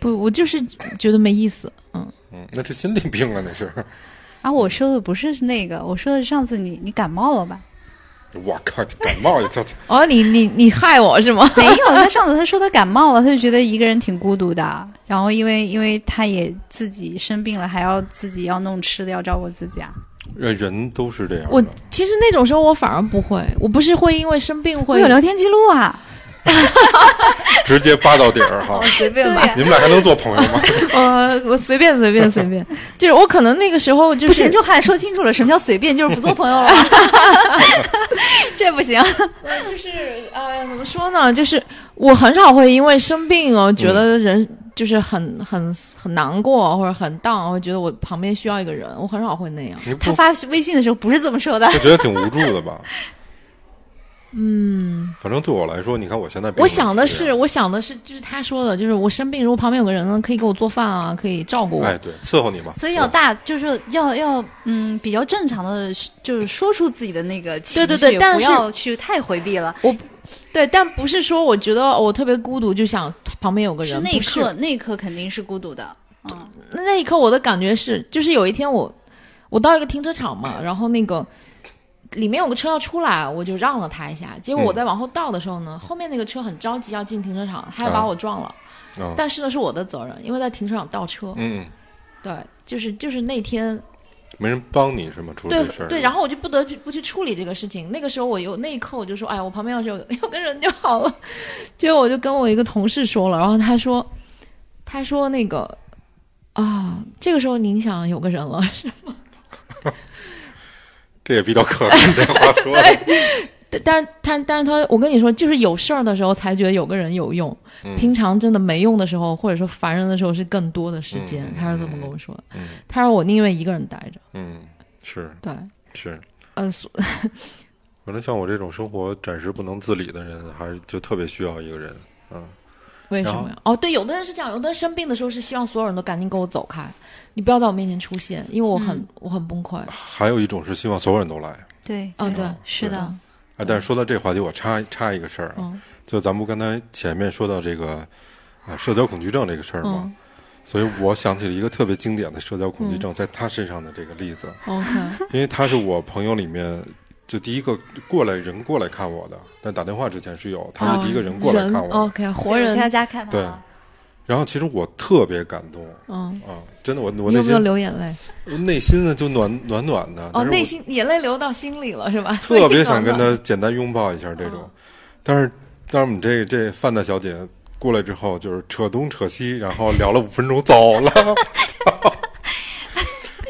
D: 不，我就是觉得没意思。嗯，
B: 嗯，那是心理病了，那是。 (laughs)
A: 啊，我说的不是那个，我说的是上次你你感冒了
D: (laughs)
A: 吧？
B: 我靠，感冒也操！
D: 哦，你你你害我是吗？
B: 嗯
A: 没有，他上次他说他感冒了，他就觉得一个人挺孤独的。然后因为因为他也自己生病了，还要自己要弄吃的，要照顾自己啊。
B: 呃人都是这样
D: 我
B: 的。
D: 其实那种时候我反而不会，我不是会因为生病
A: 我
D: 会
A: 有聊天记录啊，
B: (laughs) 直接扒到底儿
D: (laughs)
B: 哈。
D: 哦
A: (laughs)
D: 随便
A: 啊
D: 吧，
B: 你们俩还能做朋友
D: (laughs)
B: 吗？
D: 呃，我随便随便随便，就是我可能那个时候就
A: 不
D: 是
A: 行，周汉说清楚了，什么叫随便，就是不做朋友
D: (laughs)
A: 了，这不行。
D: 就是呃，怎么说呢？就是我很少会因为生病哦，觉得人就是很很很难过或者很 down，会觉得我旁边需要一个人，我很少会那样。
B: 你不
A: 他发微信的时候不是这么说的，
B: 就觉得挺无助的吧？嗯，反正对我来说，你看我现在病了，啊
D: 我想的是，
B: 这样，
D: 我想的是，就是他说的，就是我生病，如果旁边有个人呢，可以给我做饭啊，可以照顾我。
B: 哎，对，伺候你嘛。
A: 所以要
B: 对
A: 大，就是要要嗯，比较正常的，就是说出自己的那个情绪，
D: 对对对但
A: 不
D: 是
A: 要去太回避了。
D: 对，但不是说我觉得我特别孤独，就想旁边有个
A: 是
D: 人。
A: 那一
D: 不
A: 刻，那一刻肯定是孤独的。嗯
D: 那那一刻我的感觉是，就是有一天我我到一个停车场嘛，然后那个里面有个车要出来，我就让了他一下。结果我
B: 嗯
D: 在往后倒的时候呢，后面那个车很着急要进停车场，他要
B: 啊
D: 把我撞了。
B: 嗯
D: 但是呢，是我的责任，因为在停车场倒车。
B: 嗯，嗯
D: 对，就是就是那天
B: 没人帮你是吗？出
D: 对
B: 这事儿，
D: 对，然后我就不得不去处理这个事情。那个时候我有那一刻我就说，哎，我旁边要是有 (laughs) 有个人就好了。 (laughs) 结果我就跟我一个同事说了，然后他说，他说那个啊，这个时候您想有个人了，
B: 这也比较可怜，这话
D: (laughs)
B: 说的，
D: 但但是但但是他，我跟你说，就是有事儿的时候才觉得有个人有用，
B: 嗯
D: 平常真的没用的时候，或者说烦人的时候是更多的时间。
B: 嗯
D: 他是这么跟我说的，
B: 嗯
D: 他说我宁愿一个人待着。
B: 嗯，是
D: 对，
B: 是。
D: 呃，所 (laughs)
B: 反正像我这种生活暂时不能自理的人，还是就特别需要一个人。嗯，
D: 为什
B: 然后
D: 么呀？哦，对，有的人是这样，有的人生病的时候是希望所有人都赶紧给我走开，你不要在我面前出现，因为我很、我很崩溃。
B: 还有一种是希望所有人都来。
A: 对，
D: 嗯，
B: 哦
D: 对，
A: 是的，
B: 啊，但是说到这话题，我插插一个事儿啊，
D: 嗯
B: 就咱们刚才前面说到这个啊社交恐惧症这个事儿嘛，
D: 嗯
B: 所以我想起了一个特别经典的社交恐惧症在他身上的这个例子，
D: 哦，OK，
B: 因为他是我朋友里面就第一个过来人过来看我的，但打电话之前是有， (laughs) 他是第一个人过来
D: 哦人
B: 看我的，
D: ，OK，活
A: 对我去他
D: 人，
A: 家看他
B: 对
A: 了。
B: 然后其实我特别感动
D: 嗯，
B: 啊，真的，我我内
D: 你有没
B: 心
D: 有流眼泪？
B: 我内心呢就暖暖暖的，但
D: 哦，
B: 是
D: 内
B: 我
D: 心眼泪流到心里了是吧？所以
B: 特别想
D: 暖
B: 跟
D: 暖
B: 他简单拥抱一下这
D: 嗯
B: 种，但是但是我们这这范大小姐过来之后，就是扯东扯西，然后聊了五分钟走
D: (laughs)
B: 了。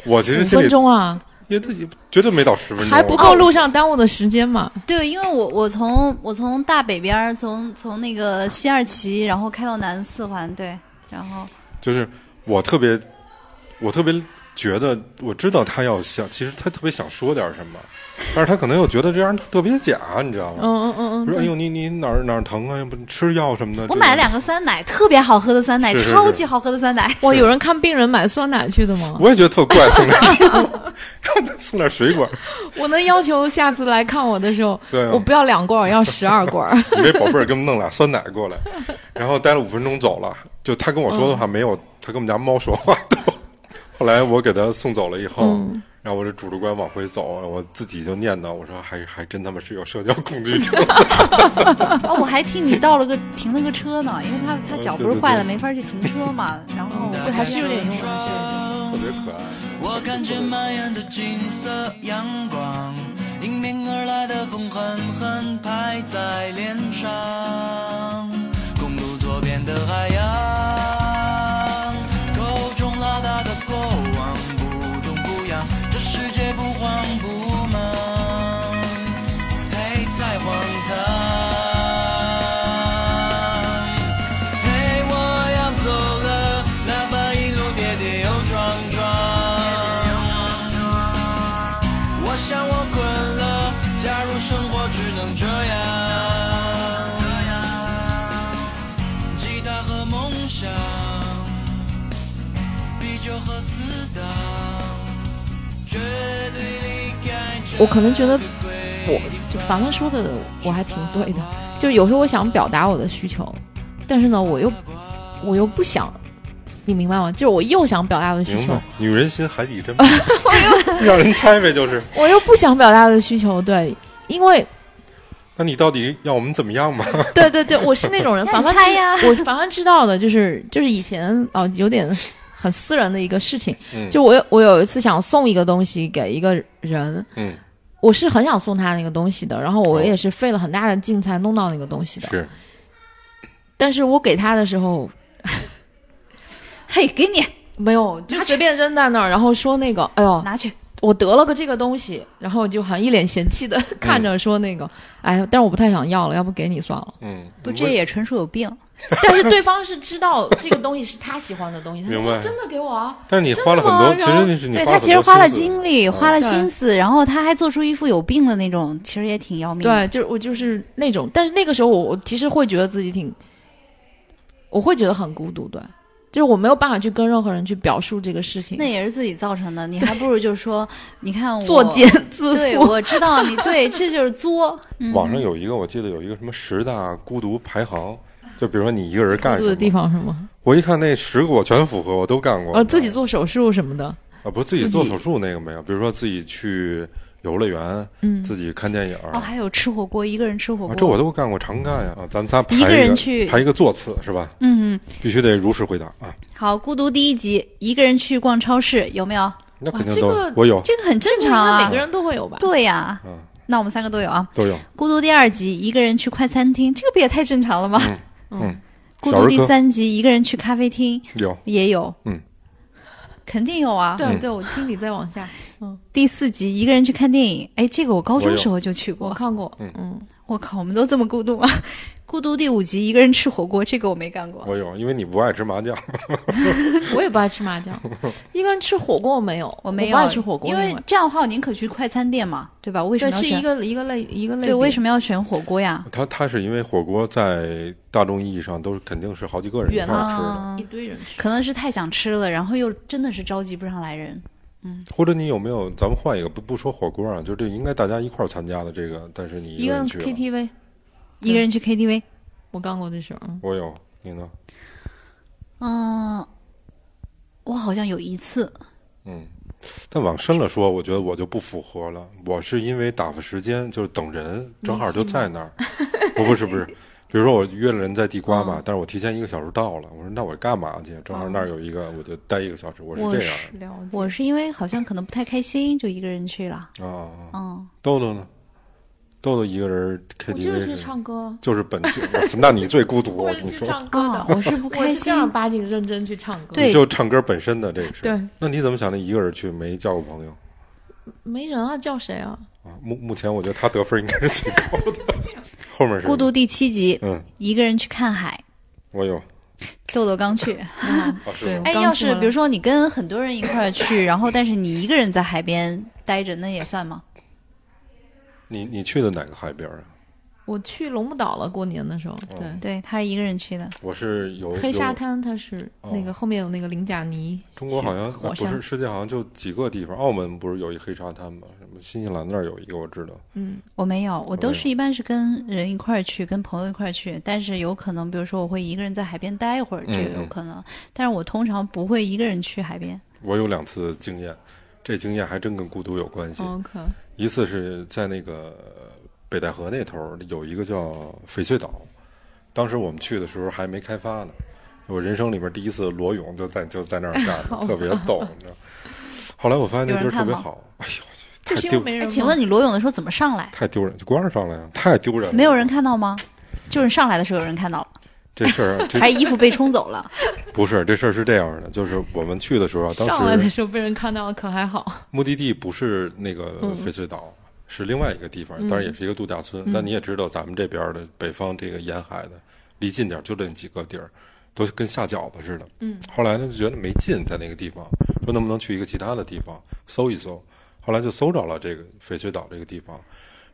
B: 我其实
D: 五
B: 心
D: 分
B: 里
D: 钟啊，
B: 也也绝对没到十分钟，
D: 还不够路上耽误的时间嘛？
A: 对，因为我我从我从大北边儿，从从那个西二旗，然后开到南四环，对，然后
B: 就是我特别，我特别觉得我知道他要想，其实他特别想说点什么，但是他可能又觉得这样特别假，你知道吗？
D: 嗯嗯嗯
B: 不
D: 嗯
B: 是，哎呦，你你哪儿哪儿疼啊？要不你吃药什么的？
A: 我买了两
B: 个，
A: 个酸奶，特别好喝的酸奶，
B: 是是是
A: 超级好喝的酸奶。
D: 哇，有人看病人买酸奶去的吗？
B: (laughs) 我也觉得特怪，送点儿 (laughs) 送点儿水果。
D: 我能要求下次来看我的时候，
B: 对啊
D: 我不要两罐儿，要十二罐儿。
B: (laughs) 你这宝贝儿给我们弄俩酸奶过来，然后待了五分钟走了。就他跟我说的话没有，他跟我们家猫说话多。后来我给他送走了以后，
D: 嗯
B: 然后我这主主观往回走，我自己就念叨我说还还真他妈是有社交恐惧症。
A: 哦，我还替你倒了个停了个车呢，因为
B: (laughs)
A: 他他脚不
B: 哦对
A: 是
B: 对
A: 坏
B: 对
A: 了，没法去停车
B: (laughs)
A: 嘛。然后
D: 对，嗯还是有点用的。
B: 特别可爱。
F: 我看见蔓延的金色阳光，迎面而来的风狠狠拍在脸上。公路左边的海洋，口中拉大的过往，不痛不痒，这世界不慌不忙，陪在荒唐。嘿，我要走了，哪怕一路跌跌又撞撞。香，啤酒和死党，绝对离开这
D: 我可能觉得
F: 个鬼
D: 我就凡凡说的我还挺对的，就是有时候我想表达我的需求，但是呢，我又我又不想，你明白吗？就是我又想表达我的需
B: 明
D: 求
B: 白，，女人心海底针，让人猜呗，就是。
D: 我又不想表达我的需求，对，因为
B: 那你到底要我们怎么样嘛？
D: 对对对，我是那种人，凡凡知
A: 猜呀
D: 我凡凡知道的，就是就是以前哦、有点很私人的一个事情，
B: 嗯
D: 就我有我有一次想送一个东西给一个人，
B: 嗯，
D: 我是很想送他那个东西的，然后我
B: 哦
D: 也是费了很大的劲才弄到那个东西的，
B: 是
D: 但是我给他的时候
A: 嘿，给你
D: 没有，就随便扔在那儿，然后说那个，哎
B: 哦
D: 呦，
A: 拿去，
D: 我得了个这个东西，然后就很一脸嫌弃的 (laughs) 看着说那个，哎，但是我不太想要了，要不给你算了。 (laughs)
B: 嗯，
A: 不，这也纯属有病。
D: 但是对方是知道这个东西是他喜欢的东西，他说
B: 明白
D: 哦真的给我啊，
B: 但是你花了很多，其
D: 真的吗然后
B: 实你是你
A: 对
B: 花
A: 他
B: 了
A: 其实花了
B: 很多心思。嗯
A: 精力，花了
D: 对
A: 心思，然后他还做出一副有病的那种，其实也挺要命的。
D: 对，就是我就是那种，但是那个时候我我其实会觉得自己挺，我会觉得很孤独，对，就是我没有办法去跟任何人去表述这个事情
A: 那，也是自己造成的，你还不如就说，你看我
D: 作茧自
A: 对，
D: 缚。
A: 我知道你对，这就是
B: (laughs)
A: 作。嗯
B: 网上有一个，我记得有一个什么十大孤独排行，就比如说你一个人干
D: 孤独的
B: 什
D: 地
B: 么，
D: 方是吗？
B: 我一看那十个我全符合，我都干过。
D: 呃，自己做手术什么的，
B: 啊，不是自己
D: 自己
B: 做手术那个没有，比如说自己去游乐园，
D: 嗯
B: 自己看电影儿。
A: 哦，还有吃火锅，一个人吃火锅，
B: 啊，这我都干过，常干呀！啊，咱仨排
A: 一个人去
B: 排一个座次是吧？
A: 嗯，嗯
B: 必须得如实回答啊！
A: 好，孤独第一集，一个人去逛超市，有没有？
B: 那肯
D: 哇
B: 定
D: 这
B: 都
D: 个
B: 我有
A: 这个很正
D: 这个
A: 常
D: 应
A: 啊
D: 该每个。人都会有吧？
A: 对呀、
B: 嗯
A: 那我们三个都有啊。
B: 都有。
A: 孤独第二集，一个人去快餐厅，这个不也太正常了吗？
D: 嗯
B: 嗯
A: 孤
B: 小
A: 独
B: 儿
A: 第
B: 科
A: 三集，一个人去咖啡厅
B: 有，
A: 也有，
B: 嗯，
A: 肯定有啊。
D: 对
B: 嗯
D: 对，我听你再往下，嗯，
A: 第四集，一个人去看电影，哎，这个我高
B: 我
A: 中
B: 有
A: 时候就去过
D: 我。看过，
B: 嗯
D: 嗯，
A: 我靠，我们都这么孤独啊！ (laughs) 孤独第五集，一个人吃火锅，这个我没干过。
B: 我有，因为你不爱吃麻酱，
D: 我也不爱吃麻酱，一个人吃火锅我没有，
A: 我没
D: 不
A: 有
D: 爱吃火锅，
A: 因为这样的话，我宁可去快餐店嘛，对吧？我为什
D: 对
A: 么要
D: 是一
A: 选？
D: 个一个类一个类别，
A: 对，为什么要选火锅呀？
B: 他他是因为火锅在大众意义上都是肯定是好几个人一
D: 远
B: 块儿吃的，
A: 啊
D: 一堆人吃？
A: 可能是太想吃了，然后又真的是召集不上来人。
B: 或者你有没有？咱们换一个，不不说火锅啊，就这应该大家一块儿参加的这个，但是你个
D: 一个
B: 人
D: 人
B: 去了
D: KTV，
A: 一个人去 KTV，
D: 我干过这事儿，嗯，
B: 我有，你呢？
A: 嗯，我好像有一次，
B: 嗯，但往深了说，我觉得我就不符合了。我是因为打发时间，就是等人，正好就在
D: (laughs)
B: 那儿。不不是不是，比如说我约了人在地瓜吧，
D: 嗯
B: 但是我提前一个小时到了，我说那我干嘛去？啊正好那儿有一个，我就待一个小时。我是
A: 我
B: 这样
A: 是
D: 了解。
A: 我是因为好像可能不太开心，就一个人去了。
B: 啊啊。啊
A: 嗯，
B: 豆豆呢？豆豆一个人
D: 我就是去
B: KTV 是
D: 唱歌，
B: 就是本就，哇塞 (laughs) 那你最孤独，
D: (laughs) 我
B: 我
D: 是
B: 跟你
D: 去
B: 说，
D: 唱歌的
A: 哦，我是不
D: (laughs) 我
A: 开
D: 是
A: 心
D: 正。儿八经认真去唱歌，
A: 对
B: 你就唱歌本身的这个事。
D: 对，
B: 那你怎么想的？一个人去没交过朋友
D: 没人啊，叫谁啊？
B: 啊？目目前我觉得他得分应该是最高的，
D: (laughs)
B: 后面是
A: 孤独。第七集，
B: 嗯，
A: 一个人去看海，
B: 我有。
A: 豆豆刚去。
B: 啊，是
D: 对
B: 吗
A: 哎，
D: 刚
A: 要
D: 出
A: 是
D: 来
A: 比如说你跟很多人一块儿去， (laughs) 然后但是你一个人在海边待着，那也算吗？
B: 你你去的哪个海边啊？
D: 我去龙目岛了，过年的时候，对，
A: 对，他是一个人去的。
B: 哦我是有
D: 黑沙
B: 有
D: 滩它是
B: 哦
D: 那个后面有那个鳞甲泥，
B: 中国好像、
D: 火
B: 啊不
D: 山
B: 是世界好像就几个地方，澳门不是有一黑沙滩吗？什么新西兰那儿有一个我知道，
D: 嗯，
A: 我没有，我
B: 我
A: 都
B: 也
A: 是一般是跟人一块儿去，跟朋友一块儿去，但是有可能，比如说我会一个人在海边待一会儿，这个
B: 嗯
A: 有
B: 嗯
A: 可能。但是我通常不会一个人去海边。
B: 我有两次经验，这经验还真跟孤独有关系。
D: o k
B: 一次是在那个北戴河那头儿有一个叫翡翠岛，当时我们去的时候还没开发呢。我人生里面第一次裸泳就在就在
D: (laughs)
B: 那儿干，特别逗，你知道。后来我发现那地儿特别好，哎呦，
D: 就
B: 太
D: 是因为
B: 丢
D: 没人
A: 哎，
D: 吗。
A: 请问你裸泳的时候怎么上来？
B: 太丢人，就光着上来啊，太丢人了。
A: 没有人看到吗？就是上来的时候有人看到了，
B: 这事儿啊，这
A: 还是衣服被冲走
B: (laughs)
A: 了？
B: 不是这事儿是这样的，就是我们去的时候啊，
D: 上
B: 当
D: 来的
B: 时
D: 时候被人看到了，可还好？
A: (laughs)
B: 目的地不是那个
D: 嗯
B: 翡翠岛，是另外一个地方，
D: 嗯
B: 当然也是一个度假村。
D: 嗯
B: 但你也知道，咱们这边儿的北方这个沿海的，离近点儿就这几个地儿，都跟下饺子似的。
D: 嗯，
B: 后来呢，就觉得没劲，在那个地方，说能不能去一个其他的地方搜一搜。后来就搜着了这个翡翠岛这个地方，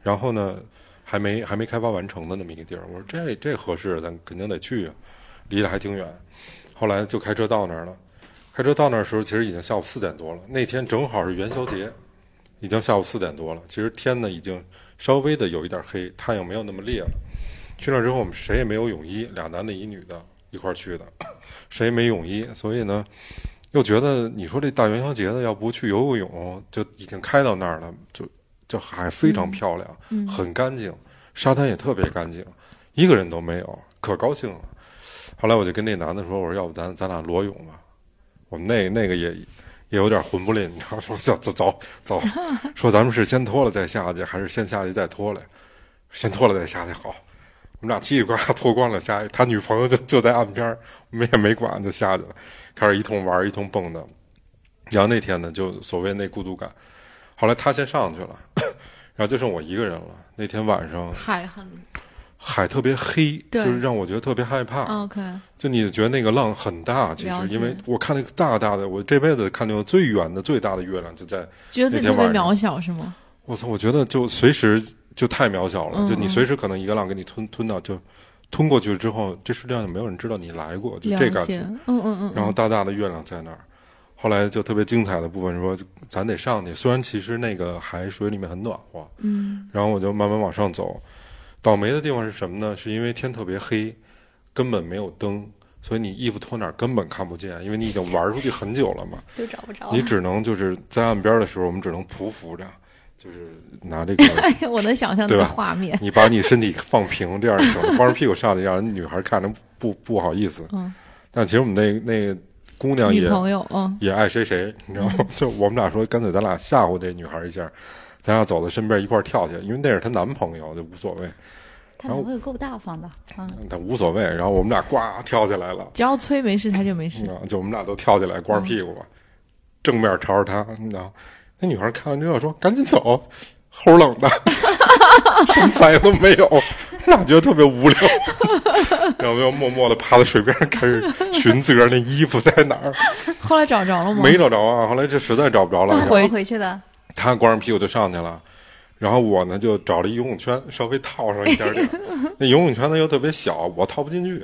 B: 然后呢，还没还没开发完成的那么一个地儿，我说这这合适，咱肯定得去啊，离得还挺远。后来就开车到那儿了。开车到那儿的时候，其实已经下午四点多了。那天正好是元宵节，已经下午四点多了。其实天呢已经稍微的有一点黑，太阳没有那么烈了。去那儿之后，我们谁也没有泳衣，俩男的一女的一块儿去的，谁也没泳衣，所以呢，又觉得你说这大元宵节的，要不去游游泳，就已经开到那儿了，就就海非常漂亮，很干净，沙滩也特别干净，一个人都没有，可高兴了。后来我就跟那男的说，我说要不咱咱俩裸泳吧，我们那那个也也有点混不吝，你知道吗？ (laughs) 说走走走走，说咱们是先脱了再下去，还是先下去再脱了？先脱了再下去好。我们俩叽里呱啦脱光了下去，他女朋友就就在岸边儿，我们也没管就下去了，开始一通玩儿一通蹦的。然后那天呢，就所谓那孤独感，后来他先上去了， (coughs) 然后就剩我一个人了。那天晚上
D: 海很
B: 海特别黑，就
D: 对
B: 是让我觉得特别害怕。
D: OK，
B: 就你觉得那个浪很大，其实
D: 了解
B: 因为我看那个大大的，我这辈子看见过最圆的、最大的月亮就在，
D: 觉得自己特别渺小是吗？
B: 我操！我觉得就随时就太渺小了，
D: 嗯
B: 就你随时可能一个浪给你吞吞到，就吞过去之后，这世界上就没有人知道你来过，就这
D: 了
B: 感
D: 解
B: 觉。，
D: 嗯嗯嗯，
B: 然后大大的月亮在那儿，后来就特别精彩的部分说，咱得上去。虽然其实那个海水里面很暖和，
D: 嗯 (laughs)
B: 然后我就慢慢往上走。倒霉的地方是什么呢？是因为天特别黑，根本没有灯，所以你衣服脱哪儿根本看不见，因为你已经玩出去很久了嘛。
A: 都找不着
B: 你只能就是在岸边的时候，我们只能匍匐着，就是拿这个 (laughs)
D: 哎呀，我能想象那
B: 对
D: 个
B: 吧 (laughs)
D: 画面，
B: 你把你身体放平，这样行，光着屁股上去，让人女孩看着不不好意思。
D: 嗯，
B: 但其实我们那那姑娘
D: 女
B: 也
D: 朋友，嗯，
B: 也爱谁谁，你知道吗？就我们俩说，干脆咱俩吓唬这女孩一下，咱俩走到身边一块儿跳去，因为那是她男朋友，就无所谓，
A: 他
B: 然后
A: 男朋友够大方的，嗯，
B: 她无所谓。然后我们俩呱跳起来了，
D: 只要催没事，他就没事。
B: 啊，就我们俩都跳起来，光着屁股吧，正面朝着她，你知道吗？那女孩看完之后说：“赶紧走，齁冷的， (laughs) 什么反应都没有。”我俩觉得特别无聊， (laughs) 然后就默默的趴在水边上开始寻自个儿那衣服在哪儿，
D: (laughs) 后来找着了吗？
B: 没找着啊。后来这实在找不着了，然后
A: 怎么回去的？
B: 他光着屁股就上去了，然后我呢就找了一游泳圈，稍微套上一点点。那游泳圈呢又特别小，我套不进去，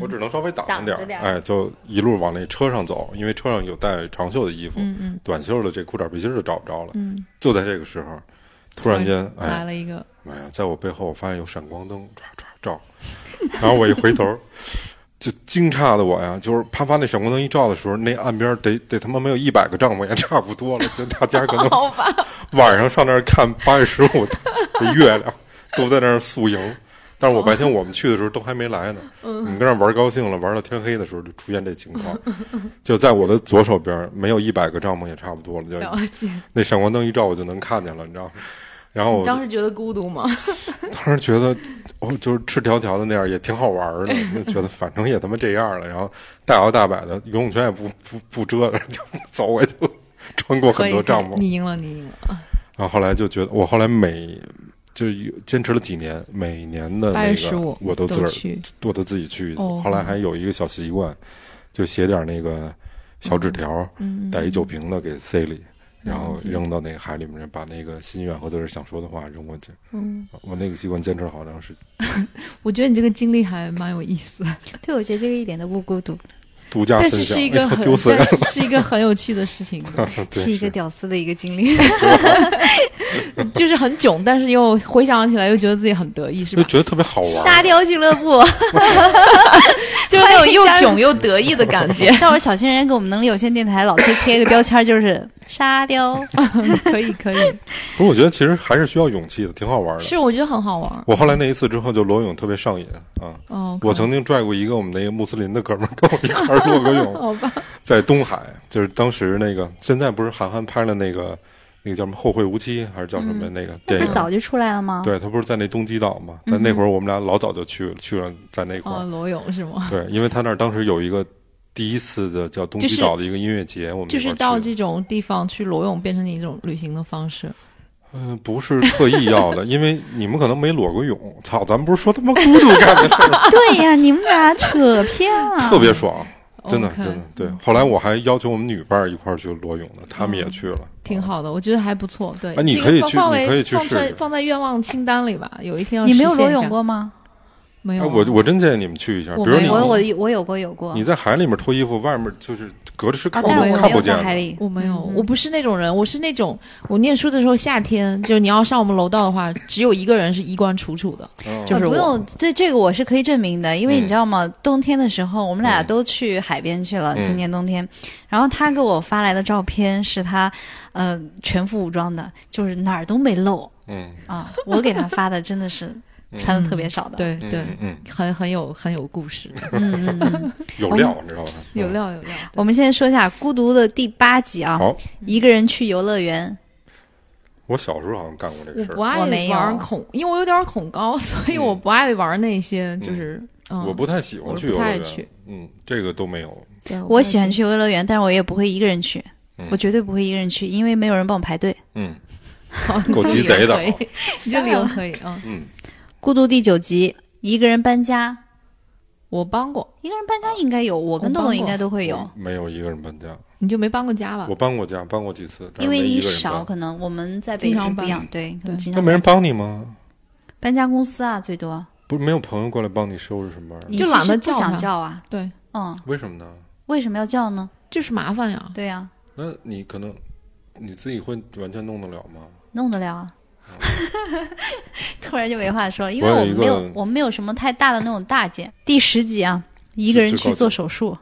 B: 我只能稍微挡着点
A: 挡
B: 儿
A: 着点儿
B: 哎，就一路往那车上走，因为车上有带长袖的衣服，
D: 嗯嗯
B: 短袖的这裤衩背心儿就找不着了。
D: 嗯，
B: 就在这个时候，突然间，
D: 来
B: 哎，
D: 了一个，
B: 妈呀，在我背后我发现有闪光灯，唰唰照，然后我一回头。 (laughs) 就惊诧的我呀，就是啪啪那闪光灯一照的时候，那岸边得得他妈没有一百个帐篷也差不多了，就大家可能晚上上那儿看八月十五 (laughs) 的月亮，都在那儿宿营。但是我白天我们去的时候都还没来呢，
D: 嗯
B: 你们跟那儿玩高兴了，玩到天黑的时候就出现这情况，就在我的左手边，没有一百个帐篷也差不多了，
D: 了
B: 就
D: 解。
B: 那闪光灯一照我就能看见了，你知道吗？然后我
D: 当时觉得孤独吗？
B: 当时觉得，哦，就是赤条条的那样也挺好玩儿的，
D: (laughs)
B: 就觉得反正也他妈这样了，然后大摇大摆的游泳圈也不不不遮着，就走我就穿
D: (laughs)
B: 过很多帐
D: 可以
B: 篷
D: 可以。你赢了，你赢了。
B: 然后后来就觉得，我后来每就是有坚持了几年，每年的
D: 八
B: 那
D: 月十
B: 个
D: 五
B: 我都自个
D: 都
B: 儿
D: 去，
B: 我都自己去一次。
D: 哦
B: 后来还有一个小习惯，就写点那个小纸条，
D: 嗯，
B: 带一酒瓶子给塞里，然后
D: 了解
B: 扔到那个海里面，把那个心愿和自个儿想说的话扔过去。
D: 嗯，
B: 我那个习惯坚持了好长时间，
D: 我觉得你这个经历还蛮有意思，
A: 对，我觉得这个一点都不孤独，
B: 独家
D: 但
B: 分
D: 是
B: 享，
D: 是一
B: (laughs)
D: 个
B: 哎呦
D: 很，
B: 丢死人
D: 但是是一个很有趣的
B: (laughs)
D: 事情，
B: 了，对
A: 是一个屌丝的一个经历。
D: 就是很囧，但是又回想起来又觉得自己很得意，是
B: 就
D: 吧？
B: 觉得特别好玩儿。
A: 沙雕俱乐
B: (laughs)
A: 部，。
D: 就是那 (laughs) 种又囧又得意的感
B: (laughs)
D: 觉
A: 待会儿小新人给我们能力有限电台老贴贴一个标签儿，就是沙
B: (laughs)
A: 雕。
D: 可以可以，
B: 不是，我觉得其实还是需要勇气的，挺好玩儿的。
D: 是我觉得很好玩。
B: 我后来那一次之后，就裸泳特别上瘾啊。
D: 哦，
B: (laughs) 我曾经拽过一个我们那个穆斯林的哥们儿跟我一块儿裸过
A: (laughs)
B: 泳，
D: 好吧，
B: 在东海，就是当时那个现在不是韩寒拍了那个那个叫什么《后会无期》还是叫什么那个
A: 嗯不
B: 电
A: 是
B: 影？
A: 早就出来了吗？
B: 对他不是在那东极岛嘛？但那会儿我们俩老早就去了，去了在那块
A: 嗯
D: 哦，
B: (laughs) 儿。
D: 裸泳是吗？
B: 对，因为他那儿当时有一个第一次的叫东
D: 就
B: 极
D: 是
B: 岛的一个音乐节，我们
D: 就
B: 一块儿
D: 是到
B: 去
D: 这种地方去裸泳，变成你一种旅行的方式。
B: 嗯，不是特意要的，因为你们可能没裸过泳。操，咱们不是说他妈孤独干的事儿
A: (laughs)
B: 吗，
A: 对呀、你们俩扯偏啊了、
B: 特别爽，真的
D: OK 嗯
B: 真的。对，后来我还邀请我们女伴儿一块儿去裸泳的，他们也去了。
D: 嗯挺好的，我觉得还不错。对，
B: 哎你
D: 这
B: 可以
D: 个
B: 去
D: 放
B: 你
D: 为
B: 可以去
D: 放
B: 试
D: 在
B: 试
D: 放在愿望清单里吧，有一天要
A: 你没有
D: 实现
A: 裸
D: 一下
A: 泳？过吗？
D: 没
B: 哎，
D: 有啊，
B: 我我真建议你们去一下，
D: 我
B: 比如
D: 没
B: 你
D: 有
A: 我我我有过有过啊
B: 你，在海里面脱衣服，外面就是隔着是看
A: 但是
B: 不、
D: 我没有
A: 我
B: 看
A: 没
B: 不
A: 有
B: 见
A: 在海
B: 的。
A: 里。
D: 我没有，
A: 嗯
D: 我不是那种人，我是那种我念书的时候夏天，就是你要上我们楼道的话，只有一个人是衣冠楚楚的，
B: 嗯
D: 就是
A: 呃不
D: 我
A: 用，这这个我是可以证明的，因为
B: 嗯
A: 你知道吗？冬天的时候，我们俩
B: 嗯
A: 都去海边去了，
B: 嗯
A: 今年冬天。然后他给我发来的照片是他，呃，全副武装的，就是哪儿都没露
B: 嗯
A: 啊。我给他发的真的
B: (laughs)
A: 是穿的特别少的，
D: 对
B: 嗯
D: 对，
B: 嗯嗯，
D: 很很有很有故事，
A: 嗯嗯嗯。
B: 有料，你知道吧？
D: 有料有料。
A: 我们现在说一下《孤独》的第八集啊
B: 嗯。，好，嗯
A: 一个人去游乐园，
B: 我小时候好像干过这
D: 我
B: 个事儿
D: 不，爱
A: 我没有
D: 玩恐，因为我有点恐高， (laughs) 所以
B: 嗯
D: 我不爱玩那些，就是嗯
B: 我不太喜欢
D: 我
B: 去
D: 不
B: 游乐
D: 太
B: 园
D: 去。
B: 嗯，这个都没有。
D: 对我不
A: 我
D: 太
A: 喜欢去游乐园，但是我也不会一个人去
B: 嗯，
A: 我绝对不会一个人去，因为没有人帮我排队。
D: (laughs)
B: 嗯
D: 哦
B: 够鸡贼的啊，。
D: 你这理由可以啊 (laughs)
B: 嗯，
A: 孤独第九集，一个人搬家，
D: 我帮过，
A: 一个人搬家应该有，我跟
D: 我
A: 豆
D: 帮
A: 豆
D: 过
A: 应该都会有，
B: 没有一个人搬家，
D: 你就没帮过家吧
B: 我？搬过家，搬过几次，但
A: 因
B: 是没
A: 为
B: 一
A: 你
B: 个人
A: 少，
B: 搬。
A: 可能我们在北
D: 经常
A: 京不一样
D: 搬，
A: 对，可能
D: 对
A: 经
B: 那
A: 常
B: 没人
A: 搬
B: 帮你吗？
A: 搬家公司啊，最多
B: 不是没有朋友过来帮你收拾什么玩意儿？
A: 你
D: 就
A: 其
D: 懒
A: 实
D: 得
A: 不
D: 叫
A: 想
D: 他
A: 叫啊，
D: 对，
A: 嗯，
B: 为什么呢？
A: 为什么要叫呢？
D: 就是麻烦呀。
A: 对啊呀，
B: 那你可能你自己会完全弄得了吗？
A: 弄得了
B: (laughs)
A: 啊。突然就没话说了，因
B: 我
A: 为
B: 有
A: 我
B: 一
A: 们
B: 个
A: 没有我们没有什么太大的那种大件。第十集啊，一个人
B: 最高
A: 去做
B: 的
A: 手术，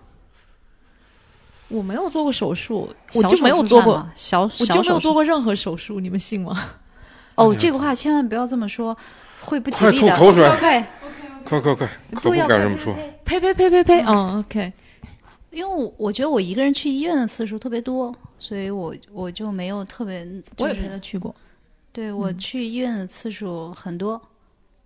D: 我没有做过手术，我
A: 小
D: 就
A: 手
D: 没有
A: 术
D: 做
A: 算
D: 过，
A: 吗小，
D: 我
A: 小
D: 就没有
A: 手
D: 做
A: 术
D: 过任何手术，你们信吗？
A: 哦，这个话千万不要这么说，会不吉
B: 嗯快
A: 利
B: 吐
A: 的。
B: 口水
A: 对，
B: 快快快，可不
A: 对呀
B: 敢这么说。
D: (laughs) 呸呸呸呸呸！嗯，OK，
A: 因为我我觉得我一个人去医院的次数特别多，所以我我就没有特别，就
D: 我也嗯
A: 是
D: 陪他去过，
A: 对我去医院的次数很多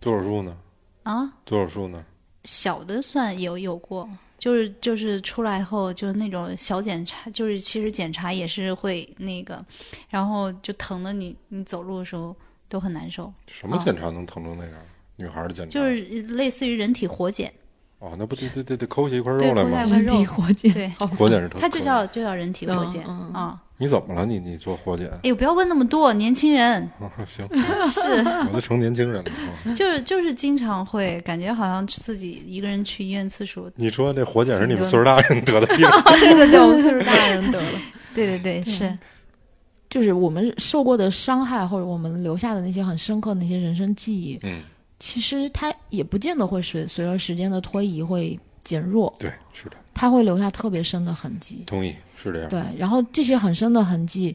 B: 做手术呢？
A: 啊，
B: 做手术呢？
A: 小的算有有过，就是就是出来后就是那种小检查，就是其实检查也是会那个，然后就疼的你你走路的时候都很难受，
B: 什么
A: 啊
B: 检查能疼成那样？女孩儿的检查
A: 就是类似于人体活检，
B: 哦，那不得得得得抠下一块
A: 对
B: 肉来
A: 抠下
B: 吗
A: 一？块
D: 人体
A: 肉
D: 活检， (laughs)
A: 对
D: 好吧
B: 活检是疼，
A: 它就
B: 疼
A: 叫就叫人体活检
D: 嗯嗯嗯
A: 啊。
B: (laughs) 你怎么了？你你做活检？ (laughs)
A: 哎呦，不要问那么多，年轻
D: (laughs)
A: 人
B: 行，
A: 是。
B: 我都成年轻人了。嗯
A: (laughs) 就是就是经常会感觉好像自己一个人去医院次数，
B: 你说这活检是你们岁数大人得的
A: (laughs)
B: 病？
D: 对对对，我们岁数大的人得了。
A: 对对对，
D: 对
A: 是
D: (laughs) 就是我们受过的伤害，或者我们留下的那些很深刻的那些人生记忆，
B: 嗯，
D: 其实它也不见得会随随着时间的推移会减弱，
B: 对，是的，
D: 它会留下特别深的痕迹。
B: 同意，是这样。
D: 对，然后这些很深的痕迹，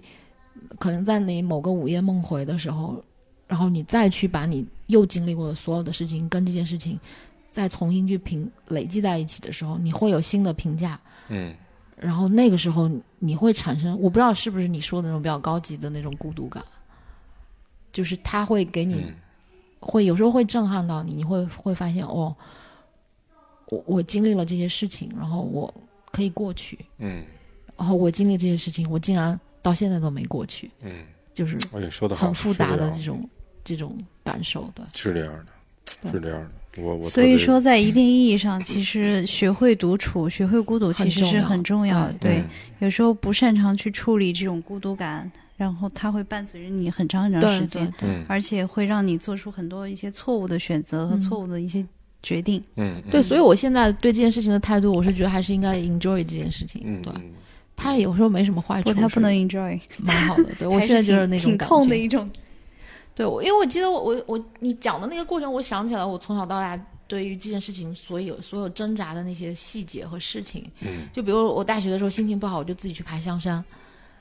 D: 可能在你某个午夜梦回的时候，然后你再去把你又经历过的所有的事情跟这件事情再重新去评累积在一起的时候，你会有新的评价。
B: 嗯，
D: 然后那个时候你会产生，我不知道是不是你说的那种比较高级的那种孤独感，就是它会给你、
B: 嗯
D: 会有时候会震撼到你，你会会发现哦，我我经历了这些事情，然后我可以过去，
B: 嗯
D: 然后哦我经历这些事情，我竟然到现在都没过去，
B: 嗯，
D: 就是
B: 哎呀，说的好，
D: 很复杂
B: 是
D: 的
B: 啊
D: 这种这种感受，对，
B: 这样的，是这样的，是这样的。我嗯我
A: 所以说，在一定意义上，其实学会独处、学会孤独，其实是很重要的。
D: 很
B: 重要
A: 对，有时候不擅长去处理这种孤独感，然后它会伴随着你很长很长时
D: 对对
A: 间，
D: 对，
B: 嗯
A: 而且会让你做出很多一些错误的选择和
D: 嗯
A: 错误的一些决定。
B: 嗯嗯
D: 对，所以我现在对这件事情的态度，我是觉得还是应该 enjoy 这件事情，
B: 嗯
D: 对，
B: 嗯，
D: 它有时候没什么坏处，
A: 不，它不
D: 是
A: 能 enjoy。
D: 蛮好的。
A: (laughs)
D: 对我现在就是那种
A: 挺
D: 感
A: 痛的
D: 觉。
A: 一种。
D: 对，我因为我记得我我我你讲的那个过程，我想起来我从小到大对于这件事情所有所有挣扎的那些细节和事情。
B: 嗯，
D: 就比如我大学的时候心情不好，我就自己去爬象山，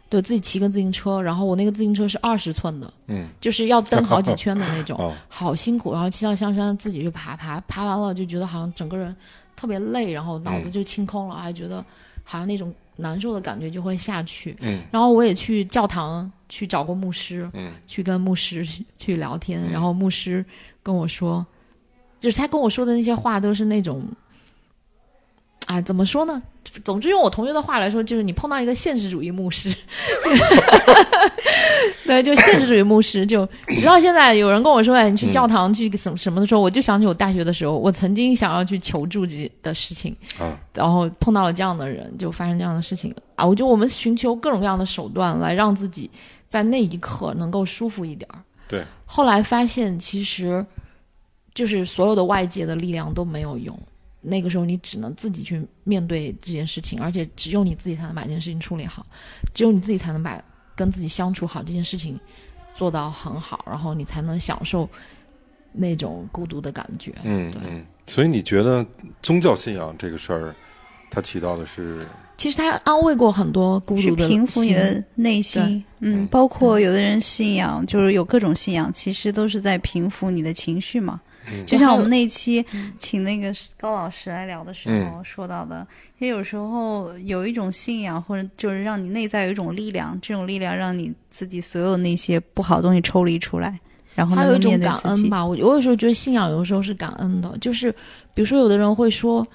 D: 对自己骑个自行车，然后我那个自行车是二十寸的，
B: 嗯，
D: 就是要蹬好几圈的那
B: (laughs)
D: 种，
B: 哦，
D: 好辛苦。然后骑到象山自己去爬爬，爬完了就觉得好像整个人特别累，然后脑子
B: 嗯
D: 就清空了，还觉得好像那种难受的感觉就会下去。
B: 嗯
D: 然后我也去教堂去找过牧师，
B: 嗯
D: 去跟牧师去去聊天，
B: 嗯
D: 然后牧师跟我说，就是他跟我说的那些话都是那种，啊，怎么说呢？总之用我同学的话来说，就是你碰到一个现实主义牧师， (laughs) 对，就现实主义牧师，就直到现在有人跟我说，哎，你去
B: 嗯
D: 教堂去什么什么的时候，我就想起我大学的时候，我曾经想要去求助这的事情，
B: 啊，
D: 然后碰到了这样的人，就发生这样的事情啊！我觉得我们寻求各种各样的手段来让自己在那一刻能够舒服一点儿。
B: 对，
D: 后来发现其实就是所有的外界的力量都没有用。那个时候你只能自己去面对这件事情，而且只有你自己才能把这件事情处理好，只有你自己才能把跟自己相处好这件事情做到很好，然后你才能享受那种孤独的感觉。
B: 嗯
D: 对
B: 嗯，所以你觉得宗教信仰这个事儿，它起到的是
D: 其实他安慰过很多孤
A: 是
D: 独的
A: 平复你
D: 心
A: 的内
D: 对
A: 心，嗯
B: 嗯，
A: 包括有的人信仰，就是有各种信仰，其实都是在平复你的情绪嘛。
B: 嗯
A: 就像我们那一期
D: 嗯
A: 请那个高老师来聊的时
B: 嗯
A: 候说到的，也有时候有一种信仰，或者就是让你内在有一种力量，这种力量让你自己所有那些不好的东西抽离出来，然后
D: 还
A: 能
D: 有一
A: 够
D: 种
A: 面对
D: 感
A: 自
D: 恩
A: 己。
D: 吧。我我有时候觉得信仰有时候是感恩的，就是比如说有的人会说，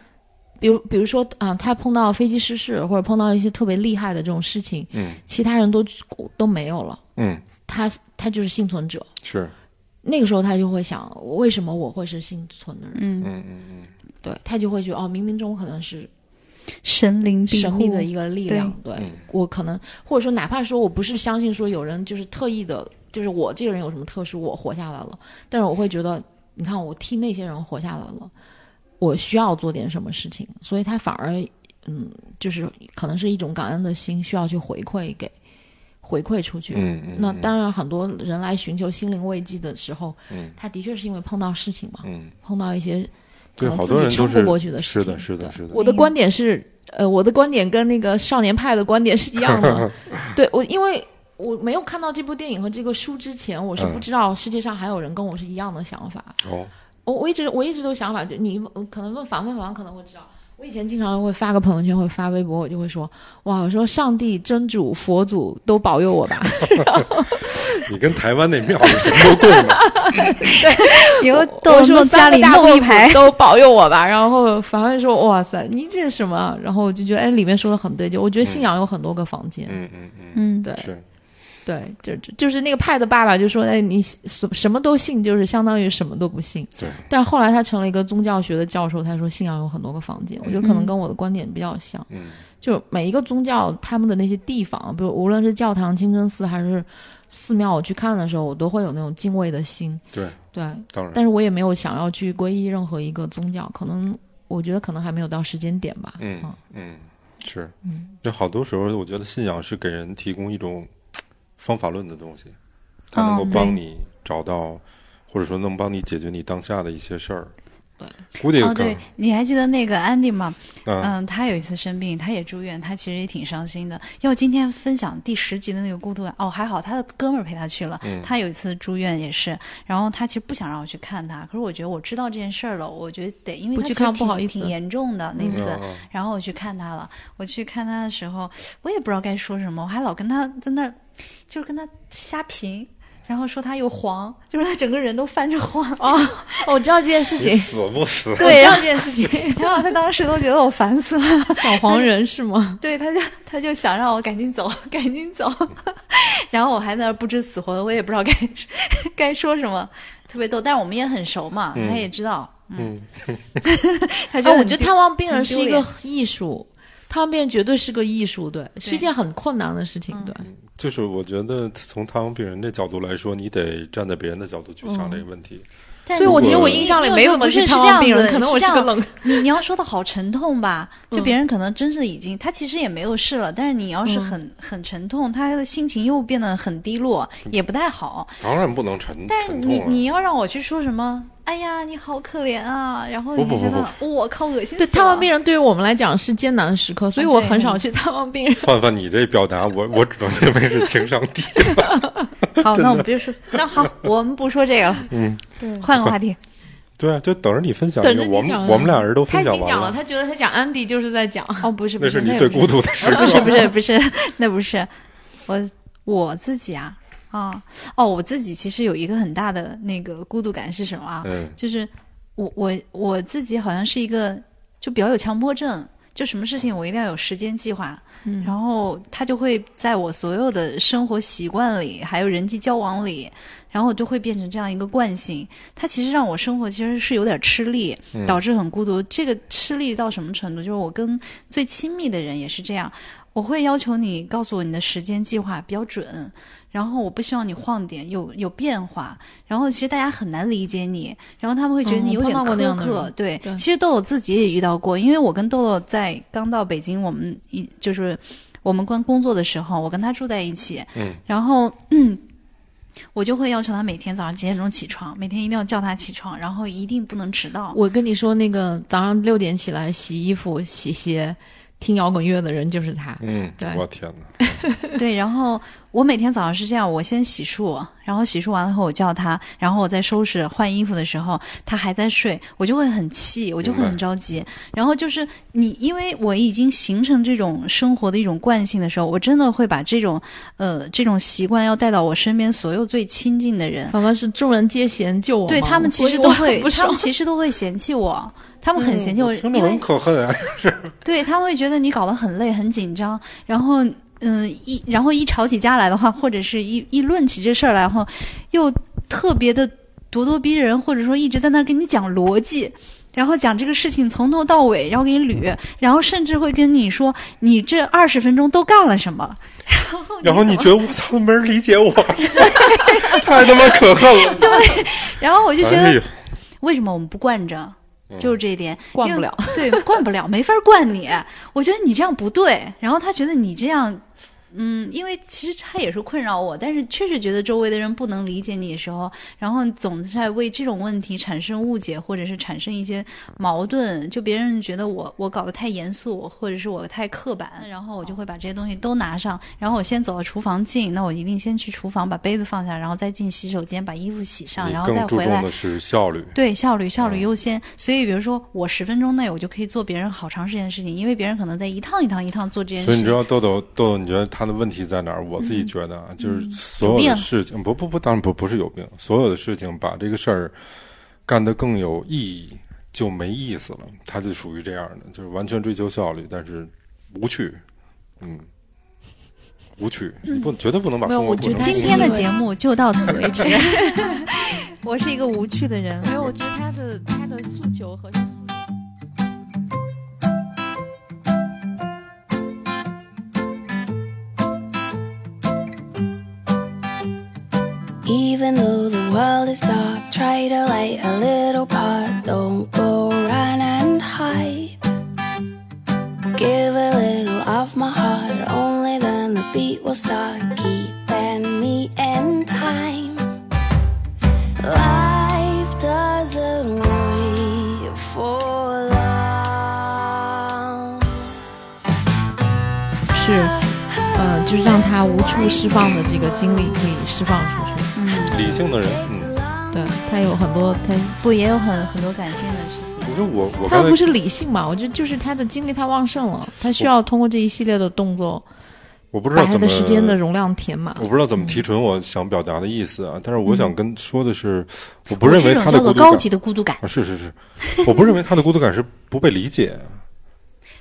D: 比如比如说啊、他碰到飞机失事或者碰到一些特别厉害的这种事情，
B: 嗯
D: 其他人都都没有了，
B: 嗯
D: 他他就是幸存者。
B: 是
D: 那个时候他就会想，为什么我会是幸存的人？
A: 嗯，
B: 嗯嗯嗯
D: 对他就会觉得哦，冥冥中可能是
A: 神灵庇护
D: 神秘的一个力量，对
B: 嗯
D: 我可能或者说哪怕说我不是相信说有人就是特意的，就是我这个人有什么特殊，我活下来了，但是我会觉得，你看我替那些人活下来了，我需要做点什么事情，所以他反而嗯，就是可能是一种感恩的心，需要去回馈给回馈出去。
B: 嗯嗯，
D: 那
B: 嗯
D: 当然，很多人来寻求心灵慰藉的时候，
B: 嗯
D: 他的确是因为碰到事情嘛，
B: 嗯，
D: 碰到一些可
B: 对，
D: 能
B: 好
D: 自
B: 多
D: 己
B: 人都
D: 撑不
B: 是
D: 过去的事
B: 是的
D: 情
B: 是的
D: 对
B: 是的，
D: 我的观点是，呃，我的观点跟那个少年派的观点是一
B: (laughs)
D: 样的。对我，因为我没有看到这部电影和这个书之前，我是不
B: 嗯
D: 知道世界上还有人跟我是一样的想法。
B: 哦
D: 我我一直我一直都想法，就你我可能问凡凡，凡凡可能会知道。我以前经常会发个朋友圈，会发微博，我就会说：“哇，我说上帝、真主、佛祖都保佑我吧。”
B: 你跟台湾那庙有什么共鸣？
A: 以后
D: 我
A: 都
D: 我说
A: 弄家
D: 三个
A: 里
D: 大
A: 弄
D: 豆
A: 一
D: 腐
A: 排
D: 都保佑我吧。然后凡凡说：“哇塞，你这是什么啊？”然后我就觉得，哎，里面说的很对，就我觉得信仰有很多个房间，
B: (laughs) 嗯嗯嗯，
A: 嗯，
D: 对
B: 是
D: 对，就就就是那个派的爸爸就说：“哎，你什什么都信，就是相当于什么都不信。”
B: 对。
D: 但是后来他成了一个宗教学的教授，他说信仰有很多个房间，我觉得
A: 嗯
D: 可能跟我的观点比较像。
B: 嗯
D: 就每一个宗教他们的那些地方，比如无论是教堂、清真寺还是寺庙，我去看的时候，我都会有那种敬畏的心。
B: 对，
D: 对，
B: 当然
D: 但是我也没有想要去皈依任何一个宗教，可能我觉得可能还没有到时间点吧。哦
B: 嗯嗯是，就好多时候我觉得信仰是给人提供一种方法论的东西，它能够
A: 嗯
B: 帮
A: 对
B: 你找到，或者说能帮你解决你当下的一些事儿。
D: 对，
B: 估计有
A: 哦，
B: 可
A: 对，你还记得那个安迪吗？
B: 能啊，
A: 嗯，他有一次生病，他也住院，他其实也挺伤心的。要今天分享第十集的那个孤独感，哦，还好他的哥们儿陪他去了。他有一次住院也是，然后他其实不想让我去看他，可是我觉得我知道这件事儿了，我觉得得，因为
D: 不
A: 他
D: 去
A: 其实
D: 看不
A: 挺
D: 好意思
A: 挺严重的那次。
B: 嗯
A: 然后我去看他了，我去看他的时候，我也不知道该说什么，我还老跟他在那儿，就是跟他瞎评。然后说他又黄，就是他整个人都泛着黄， (laughs)
D: 哦，我知道这件事
B: 你 (laughs)
D: 情，
B: 死不死？
A: 对
D: 我知道
A: 呀
D: 这件事情，
A: 然后他当时都觉得我烦死了。
D: 小黄人是吗？
A: 对，他就他就想让我赶紧走， (laughs) 赶紧走，然后我还在那儿不知死活的，我也不知道该该说 (laughs) 什么，特别逗。但是我们也很熟嘛，
B: 嗯
A: 他也知道，
B: 嗯，
A: (laughs) 他 (laughs)
D: 啊，
A: 就
D: 我
A: 很
D: 觉得
A: 丢
D: 探望病人是一
A: 很
D: 个艺术，探望病人绝对是个艺术，对，是一
A: 对嗯
D: 件很困难的事情，对，
B: 就是我觉得从探望病人这角度来说，你得站在别人的角度去想这个问题。
A: 但
D: 所以我
B: 如
D: 其实
B: 果
D: 我印象里
A: 你
D: 没
A: 有
D: 怎么
A: 不
D: 去
A: 是
D: 探
A: 是这
D: 望
A: 样
D: 病人，
A: 子
D: 可能
A: 是
D: 我
A: 这
D: 是个
A: 样
D: 冷，
A: 你你要说的好沉痛吧，就
D: 嗯
A: 别人可能真是已经他其实也没有事了，但是你要是很、很沉痛，他的心情又变得很低落，
B: 嗯
A: 也不太好。
B: 当然不能沉
A: 但是
B: 沉
A: 你
B: 痛啊了。
A: 你要让我去说什么？哎呀，你好可怜啊！然后
B: 不
A: 你就
B: 不
A: 觉
B: 不
A: 得我靠，恶心死
D: 对，探望
A: 了
B: (laughs)
D: 病人对于我们来讲是艰难的时刻，所以
A: 啊
D: 我
A: 对
D: 很少
A: 很
D: 去探望病人。
B: 范范，你这表达，我我只能认为是情商低。 (laughs)
A: 好，那我们别说，那 (laughs) 好，我们不说这个了。
B: 嗯，
D: 对
A: 换个话题。
B: 对啊，就等着你分享一
D: 等
B: 个，
D: 着你
B: 我们
D: 讲啊
B: 我们俩人都
D: 他
B: 分
D: 已
B: 享
D: 经
B: 完
D: 讲了，他觉得他讲安迪就是在讲，
A: (laughs) 哦，不是，不
B: 那
A: 是，
B: 是你
A: 也
B: 最
A: 不
B: 孤独的时
A: 不
B: 刻。
A: 是，不 (laughs) 是，不是，那不是，我我自己啊啊哦，我自己其实有一个很大的那个孤独感是什么啊？
B: 嗯
A: 就是我我我自己好像是一个就比较有强迫症，就什么事情我一定要有时间计划，
D: 嗯
A: 然后它就会在我所有的生活习惯里，还有人际交往里，然后我就会变成这样一个惯性。它其实让我生活其实是有点吃力，
B: 嗯
A: 导致很孤独。这个吃力到什么程度？就是我跟最亲密的人也是这样，我会要求你告诉我你的时间计划比较准，然后我不希望你晃点，有有变化。然后其实大家很难理解你，然后他们会觉得
D: 嗯
A: 你
D: 我
A: 有点
D: 碰到过
A: 苛
D: 那样的
A: 刻。
D: 人
A: 对，
D: 对
A: 其实豆豆自己也遇到过，因为我跟豆豆在刚到北京，我们一就是我们刚工作的时候，我跟他住在一起，
B: 嗯
A: 然后。我就会要求他每天早上几点钟起床，每天一定要叫他起床，然后一定不能迟
B: (laughs)
A: 到。
D: 我跟你说，那个早上六点起来洗衣服、洗鞋、听摇滚乐的人就是他。
B: 嗯
D: 对，
B: 我天哪，
A: 对，然后我每天早上是这样，我先洗漱，然后洗漱完了后我叫他，然后我在收拾换衣服的时候，他还在睡，我就会很气，我就会
B: 明白
A: 很着急。然后就是你，因为我已经形成这种生活的一种惯性的时候，我真的会把这种呃这种习惯要带到我身边所有最亲近的人。
D: 反正是众人皆嫌，就我忙。
A: 对他们其
D: 所以
A: 实
D: 我
A: 都
D: 很
A: 会
D: 不，
A: 他
D: 爽嗯
A: 们其实都会嫌弃
D: (laughs)
A: 我，他们很嫌弃我，
B: 嗯听着
A: 因为
B: 很可恨啊！
A: 对他们会觉得你搞得很累、很紧张，然后嗯一然后一吵起架来的话，或者是一一论起这事儿来后，又特别的咄咄逼人，或者说一直在那儿跟你讲逻辑。然后讲这个事情从头到尾，然后给你捋，然后甚至会跟你说你这二十分钟都干了什么，
B: 然后你觉得我操，没人理
A: (laughs)
B: 解我，太他妈可恨了！
A: 然后我就觉
B: 哎
A: 得
B: 呦
A: 为什么我们不惯着？就是这一点，
D: (laughs) 惯
A: 因
D: 不
A: 为
D: 了。
A: 对，惯不了，没法惯你。我觉得你这样不对，然后他觉得你这样，嗯，因为其实他也是困扰我，但是确实觉得周围的人不能理解你的时候，然后总在为这种问题产生误解，或者是产生一些矛盾，就别人觉得我我搞得太严肃，或者是我太刻板，然后我就会把这些东西都拿上，然后我先走到厨房进，那我一定先去厨房把杯子放下，然后再进洗手间把衣服洗上，
B: 你
A: 然后再
B: 更注
A: 回来
B: 重的是效率，
A: 对，效率效
B: 嗯
A: 率优先。所以，比如说我十分钟内我就可以做别人好长时间的事情，因为别人可能在一趟一趟一趟做这件
B: 所以你知
A: 事。
B: 道豆豆豆豆，你觉得他的问题在哪儿？我自己觉得啊，就是所有
A: 嗯有
B: 的
A: 病
B: 事情，不不不，当然不不是有病，所有的事情把这个事儿干得更有意义就没意思了，他就属于这样的，就是完全追求效率，但是无趣，嗯，无趣，你
A: 嗯
B: 不绝对不能把
D: 没有
B: 生活
D: 我
B: 过
D: 觉
B: 成
D: 得他
A: 今
B: 无
D: 是
B: 趣
A: 天的
D: 因为
A: 节目就到此为止。 (laughs) 我是一个无趣的人。
D: 没有，我觉得他的他的诉求和。
G: Even though the world is dark, try to light a little part. Don't go run and hide. Give a little of my heart, only then the beat will start keeping me in time. Life doesn't wait for long.
D: 是，呃，就让他无处释放的这个精力可以释放出去。
B: 理性的人，嗯，
D: 对他有很多，他
A: 不也有很很多感性的事情？
B: 我说我我
D: 他
B: 刚
D: 又
B: 才
D: 不是理性嘛，我觉得就是他的精力太旺盛了，他需要通过这一系列的动作
B: 我不知
D: 把
B: 道
D: 他
B: 怎
D: 的
B: 么
D: 时间的容量填满。
B: 我不知道怎么提纯我想表达的意思啊，但是我
D: 嗯
B: 想跟说的是，我不认
A: 这
B: 为
A: 种
B: 他
A: 叫
B: 的孤
A: 做
B: 独感
A: 高级的孤独感，
B: 啊，是是是，我不认为他的孤独感是不被理解，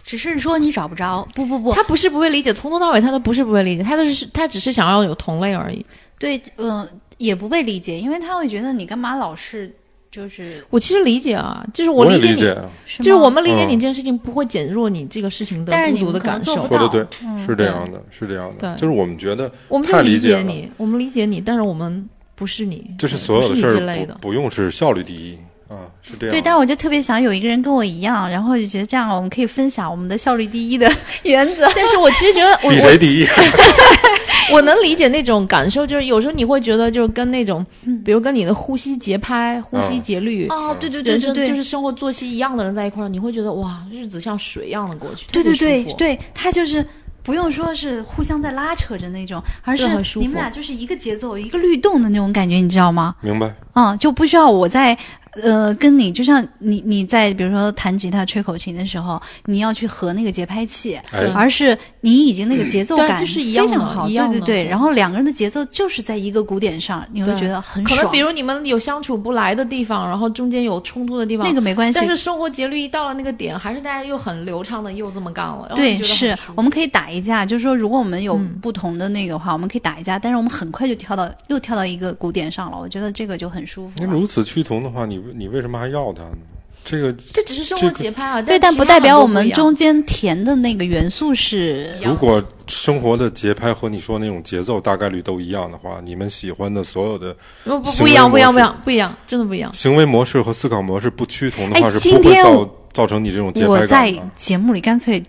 A: 只是说你找不着。不不不，
D: 他不是不会理解，从头到尾他都不是不会理解，他就是他只是想要有同类而已。
A: 对，嗯、也不被理解，因为他会觉得你干嘛老是就是
D: 我其实理解啊，就是 (laughs) 我
B: 我也理
D: 理解你，
B: 解，啊
D: 就是我们理解
B: 嗯
D: 你这件事情不会减弱你这个事情的
A: 但是
D: 孤
A: 你
D: 独
A: 们
D: 的
A: 可能
D: 感
A: 做
D: 受
A: 不。
B: 说
A: 到
B: 的对，
A: 嗯
B: 是这样的，是这样的，
D: 对
B: 就是我们觉得
D: 我们就
B: 太理
D: 理
B: 解
D: 解你，我们理解你，但是我们不是你，
B: 就是所有的
D: 不是
B: 事
D: 你之类
B: 儿
D: 的
B: 不。不用是效率第一啊，是这样的。
A: 对，但我就特别想有一个人跟我一样，然后就觉得这样我们可以分享我们的效率第一的 (laughs) 原则。
D: 但是我其实觉得我，
B: 比谁第一？ (laughs)
D: 我我能理解那种感受，就是有时候你会觉得，就是跟那种，比如跟你的呼吸节拍、呼吸节律、
A: 哦，对对对
D: 人
A: 对
D: 生
A: 对，
D: 就是生活作息一样的人在一块儿，你会觉得哇，日子像水一样的过去，
A: 对对
D: 特别
A: 对
D: 舒服，
A: 对，他就是不用说是互相在拉扯着那种，而
D: 对
A: 是
D: 很舒
A: 你们
D: 服
A: 俩就是一个节奏、一个律动的那种感觉，你知道吗？
B: 明白？
A: 嗯，就不需要我在呃，跟你就像你你在比如说弹吉他、吹口琴的时候，你要去合那个节拍器，
B: 哎，
A: 而是你已经那个节奏
D: 对
A: 感
D: 就是一样
A: 非常
D: 的
A: 好，对
D: 一样
A: 对
D: 的
A: 对。
D: 对
A: 然后两个人的节奏就是在一个鼓点上，你会
D: 对
A: 觉得很
D: 可
A: 爽。
D: 能比如你们有相处不来的地方，然后中间有冲突的地方，
A: 那个没关系
D: 但，是生活节律一到了那个点，还是大家又很流畅的又这么干了，然后
A: 对
D: 就，觉得
A: 是
D: 很舒服
A: 我们可以打一架，就是说如果我们有
D: 嗯
A: 不同的那个话，我们可以打一架，但是我们很快就跳到又跳到一个鼓点上了，我觉得这个就很舒服
B: 那
A: 了。
B: 如此趋同的话，你你为什么还要它呢？这个
D: 这只是生
B: 这
D: 活
B: 个
D: 节拍啊，
A: 对，但
D: 其
A: 不
D: 他
A: 代表
D: 很
A: 我
D: 多不
A: 们
D: 一样
A: 中间填的那个元素是
D: 一样
B: 如果生活的节拍和你说那种节奏大概率都一样的话，你们喜欢的所有的
D: 不不
B: 行
D: 不
B: 为
D: 一样，不一样，
B: 模
D: 不一
B: 式
D: 样，不一样，真的不一样。
B: 行为模式和思考模式不趋同的话，
A: 哎
B: 是
A: 今
B: 不会
A: 天
B: 造
A: 我
B: 造成你这种节
A: 我
B: 拍
A: 在
B: 感的。
A: 节目里干脆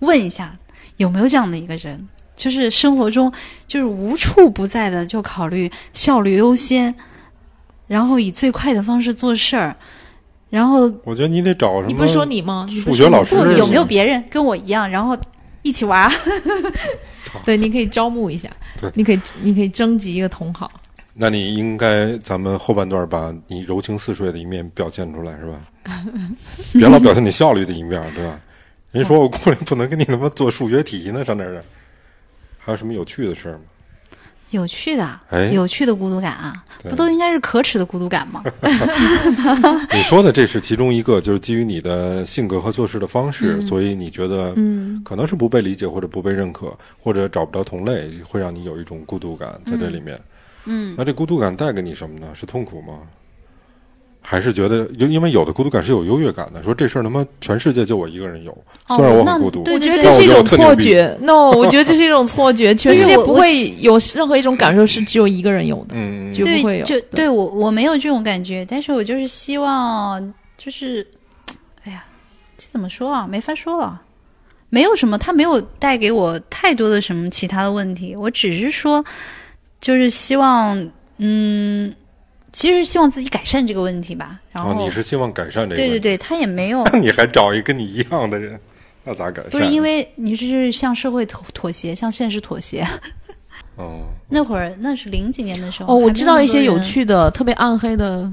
A: 问一下，有没有这样的一个人，就是生活中就是无处不在的就考虑效率优先，然后以最快的方式做事儿，然后
B: 我觉得你得找什么？
D: 你不是说你吗？你
B: 数
D: 不是
B: 学
D: 说
B: 老
D: 你
B: 师
A: 不
B: 是
A: 有没有
B: 吗
A: 别人跟我一样，然后一起玩儿？
D: (laughs) 对，你可以招募一下
B: 对，
D: 你可以你可以征集一个同好。
B: 那你应该咱们后半段把你柔情似水的一面表现出来，是吧？ (laughs) 别老表现你效率的一面，对
D: (laughs)
B: 吧？人家说我过来不能跟你他妈做数学题呢，上这儿。还有什么有趣的事儿吗？
A: 有趣的啊，
B: 哎
A: 有趣的孤独感啊，
B: 对
A: 不都应该是可耻的孤独感
D: (laughs)
A: 吗？
B: (laughs) 你说的这是其中一个，就是基于你的性格和做事的方式，
A: 嗯
B: 所以你觉得可能是不被理解或者不被认可，或者找不着同类，会让你有一种孤独感在这里面。嗯，那这孤独感带给你什么呢？是痛苦吗？还是觉得，因因为有的孤独感是有优越感的，说这事儿他妈全世界就我一个人有，
A: 哦
B: 虽然我
A: 那
B: 很孤独，
A: 对
D: 我觉
A: 但
D: 得这
A: 我
D: 是一
B: 觉得
D: 种
B: 特牛
D: 错
B: 逼
D: 觉，no，我觉得这是一种
A: (laughs)
D: 错觉，全世界
A: 我
D: 不
A: 我
D: 会有任何一种感受是只有一个人有的，
B: 嗯，
D: 绝不会有。
A: 就对我我没有这种感觉，但是我就是希望，就是，哎呀，这怎么说啊？没法说了，没有什么，他没有带给我太多的什么其他的问题，我只是说，就是希望，嗯，其实是希望自己改善这个问题吧。然后，
B: 哦，你是希望改善这个，
A: 对对，对，他也没有，
B: 那你还找一跟你一样的人，那咋改善？
A: 不是因为你这是向社会妥妥协，向现实妥协。
B: 哦，
A: 那会儿那是零几年的时候，
D: 哦，我
A: 还没
D: 知道
A: 那
D: 一
A: 么
D: 些
A: 多
D: 有
A: 人
D: 趣的、特别暗黑的，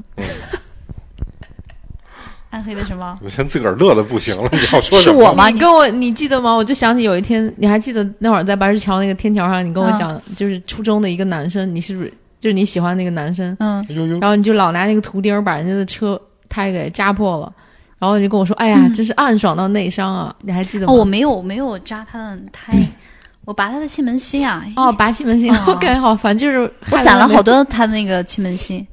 A: 暗黑的什么。
B: 我现在自个儿乐的不行了，你要说
A: 是
B: 什么？
A: 我吗？
D: 你跟我你记得吗？我就想起有一天，你还记得那会儿在白石桥那个天桥上，你跟我
A: 嗯
D: 讲，就是初中的一个男生，你是不是就是你喜欢那个男生？
A: 嗯，
B: 哎呦呦，
D: 然后你就老拿那个图钉儿把人家的车胎给扎破了，然后你就跟我说：“哎呀，真是暗爽到内伤啊！”你还记得
A: 嗯
D: 吗？
A: 哦，我没有，我没有扎他的胎，我拔他的气门芯啊。
D: 嗯哦，拔气门芯、
A: 哦
D: o k 好，反正就是
A: 我
D: 害得
A: 攒了
D: 没
A: 好，多他的那个气门芯，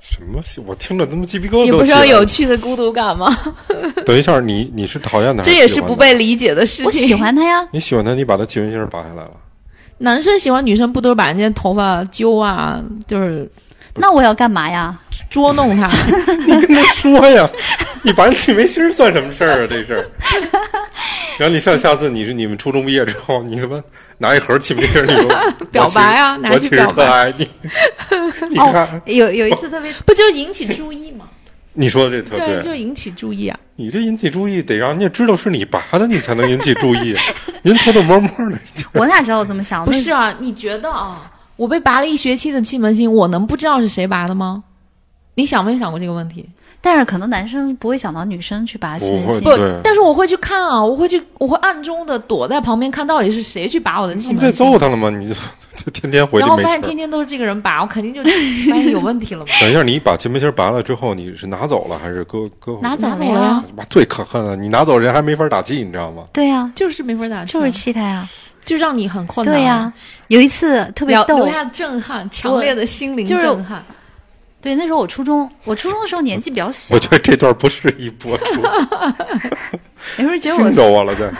B: 什么戏？我听着他妈鸡皮疙瘩
D: 你
B: 都
D: 不
B: 起
D: 是
B: 来
D: 要
B: 了。
D: 有趣的孤独感吗？
B: 等一下，你你是讨厌他，
D: 这也是不。被理解的事情。
A: 我喜欢他呀。
B: 你喜欢他，你把他气门芯儿拔下来了，
D: (laughs)
B: (laughs)
D: 男生喜欢女生，不都是把人家头发揪啊，就是
A: 那我要干嘛呀？
D: 捉
A: (laughs)
D: 弄他？
B: 你跟他说呀， (laughs) 你拔人气门芯儿算什么事儿啊？这
D: (laughs)
B: 事儿。然后你像下次你是你们初中毕业之后，你他妈拿一盒气门芯儿，你
D: (laughs)
B: 说
D: 表白
B: 我
D: 啊
B: 其
D: 拿
B: 实我
D: 去
B: 其实
D: 表
B: 特
D: 白
B: 爱
D: (laughs)
B: 你。你
D: 啊
B: 看
A: 哦，，有有一次特别，
D: 不就引起注意吗？
B: 你说的这特
D: 对，就
B: 对，
D: 引起注意啊！
B: 你这引起注意得让人家知道是你拔的，你才能引起注
D: (laughs)
B: 意。您偷偷摸摸的，
A: 我哪知道我怎么想？
D: 啊不是啊，你觉得啊，我被拔了一学期的气门芯，我能不知道是谁拔的吗？你想没想过这个问题？
A: 但是可能男生不会想到女生去拔气门
B: 不会
A: 芯
D: 不。
B: 对，
D: 但是我会去看啊，我会去，我会暗中的躲在旁边看到底是谁去拔我的气
B: 你不得
D: 门芯，
B: 揍他了吗？你就就天天回去
D: 然后
B: 没
D: 发
B: 气
D: 现
B: 儿
D: 天。天都是这个人拔，我肯
B: (laughs)
D: 定就发现有问题了嘛。
B: 等一下，你把前门芯拔了之后，你是拿走了还是搁搁回去？
A: 拿走
D: 拿走
A: 了呀
D: 呀，
B: 他妈最可恨了，你拿走人还没法打气，你知道吗？
A: 对呀，
D: 就是没法打气，啊
A: 就是气他呀。
D: 就让你很困难。
A: 对呀，，有一次特别
D: 留
A: 逗
D: 留，下震撼，强烈的心灵
A: 就是
D: 震撼。
A: 对，那时候我初中，我初中的时候年纪比较小
B: 我，觉得这段不适宜播
D: (laughs)
B: 出，
A: 有时候觉得
B: 惊着
A: 我。
B: 我了，这